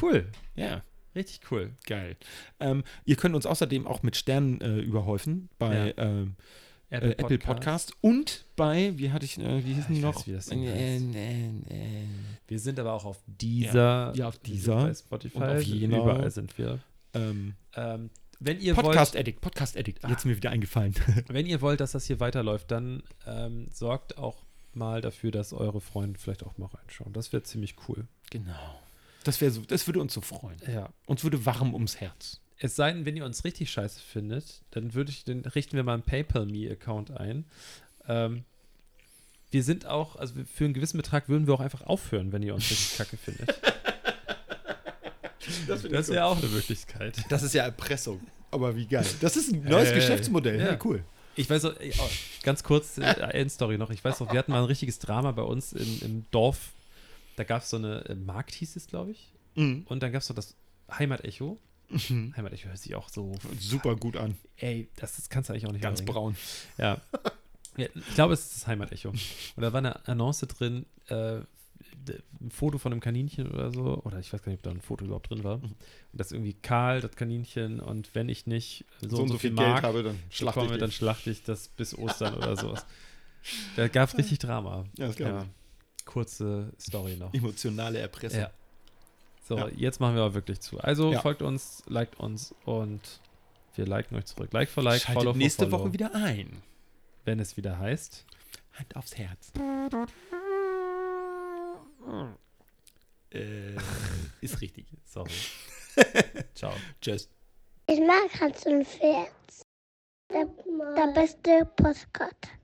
C: Cool.
B: Ja,
C: Richtig cool.
B: geil. Ähm, ihr könnt uns außerdem auch mit Sternen äh, überhäufen bei ähm, äh, Apple Podcast und bei, wie hatte ich, äh, wie
C: Ja,
B: hießen
C: ich
B: die
C: weiß,
B: noch?
C: wie das
B: äh,
C: Ding heißt. Äh,
B: äh, äh, äh,
C: Wir sind aber auch auf dieser.
B: Ja, auf
C: wir sind
B: dieser
C: Bei Spotify.
B: und auf jener.
C: Überall sind wir.
B: ähm,
C: Ähm, wenn ihr
B: Podcast Addict, Podcast Addict.
C: Ah.
B: Jetzt ist mir wieder eingefallen.
C: wollt, wenn ihr wollt, dass das hier weiterläuft, dann ähm, sorgt auch mal dafür, dass eure Freunde vielleicht auch mal reinschauen. Das wäre ziemlich cool.
B: genau. Das, wär so, das würde uns so freuen.
C: Ja.
B: Uns würde warm ums Herz.
C: Es sei denn, wenn ihr uns richtig scheiße findet, dann würde ich, dann richten wir mal einen PayPal-Me-Account ein. Ähm, wir sind auch, also wir- für einen gewissen Betrag würden wir auch einfach aufhören, wenn ihr uns richtig kacke findet.
B: Das,
C: Das wäre auch eine Möglichkeit.
B: das ist ja Erpressung. Aber wie geil. Das ist ein neues
C: Hey.
B: Geschäftsmodell.
C: Äh, Ja.
B: Hey, cool.
C: Ich weiß auch, ich- oh, ganz kurz, äh, Endstory noch. Ich weiß noch, wir hatten mal ein richtiges Drama bei uns im, im Dorf. Da gab es so eine äh, Markt, hieß es, glaube ich.
B: Mhm.
C: Und dann gab es noch das Heimatecho. Heimatecho hört sich auch so,
B: Super gut an.
C: ey, das, das kannst du eigentlich auch nicht
B: Ganz
C: ausdenken.
B: braun.
C: Ja. ja. Ich glaube, es ist das Heimatecho. Und da war eine Annonce drin, äh, d- ein Foto von einem Kaninchen oder so. Oder ich weiß gar nicht, ob da ein Foto überhaupt drin war.
B: Mhm.
C: Und das ist irgendwie Karl, das Kaninchen. Und wenn ich nicht so, und so viel mag,
B: habe, dann
C: schlachte ich dann schlachte ich das bis Ostern oder sowas. Da gab es richtig Drama.
B: Ja, das glaub ich.
C: Kurze Story noch.
B: Emotionale Erpressung.
C: Ja. So,
B: Ja.
C: jetzt machen wir aber wirklich zu. Also
B: Ja.
C: folgt uns, liked uns und wir liken euch zurück. Like for like,
B: Schaltet
C: follow for
B: nächste
C: follow,
B: Woche wieder ein.
C: Wenn es wieder heißt.
B: Hand aufs Herz.
C: Äh, Ist richtig. Sorry. Ciao.
B: Just
F: Ich mag Hans und Pferd. Der, der beste Postkarte.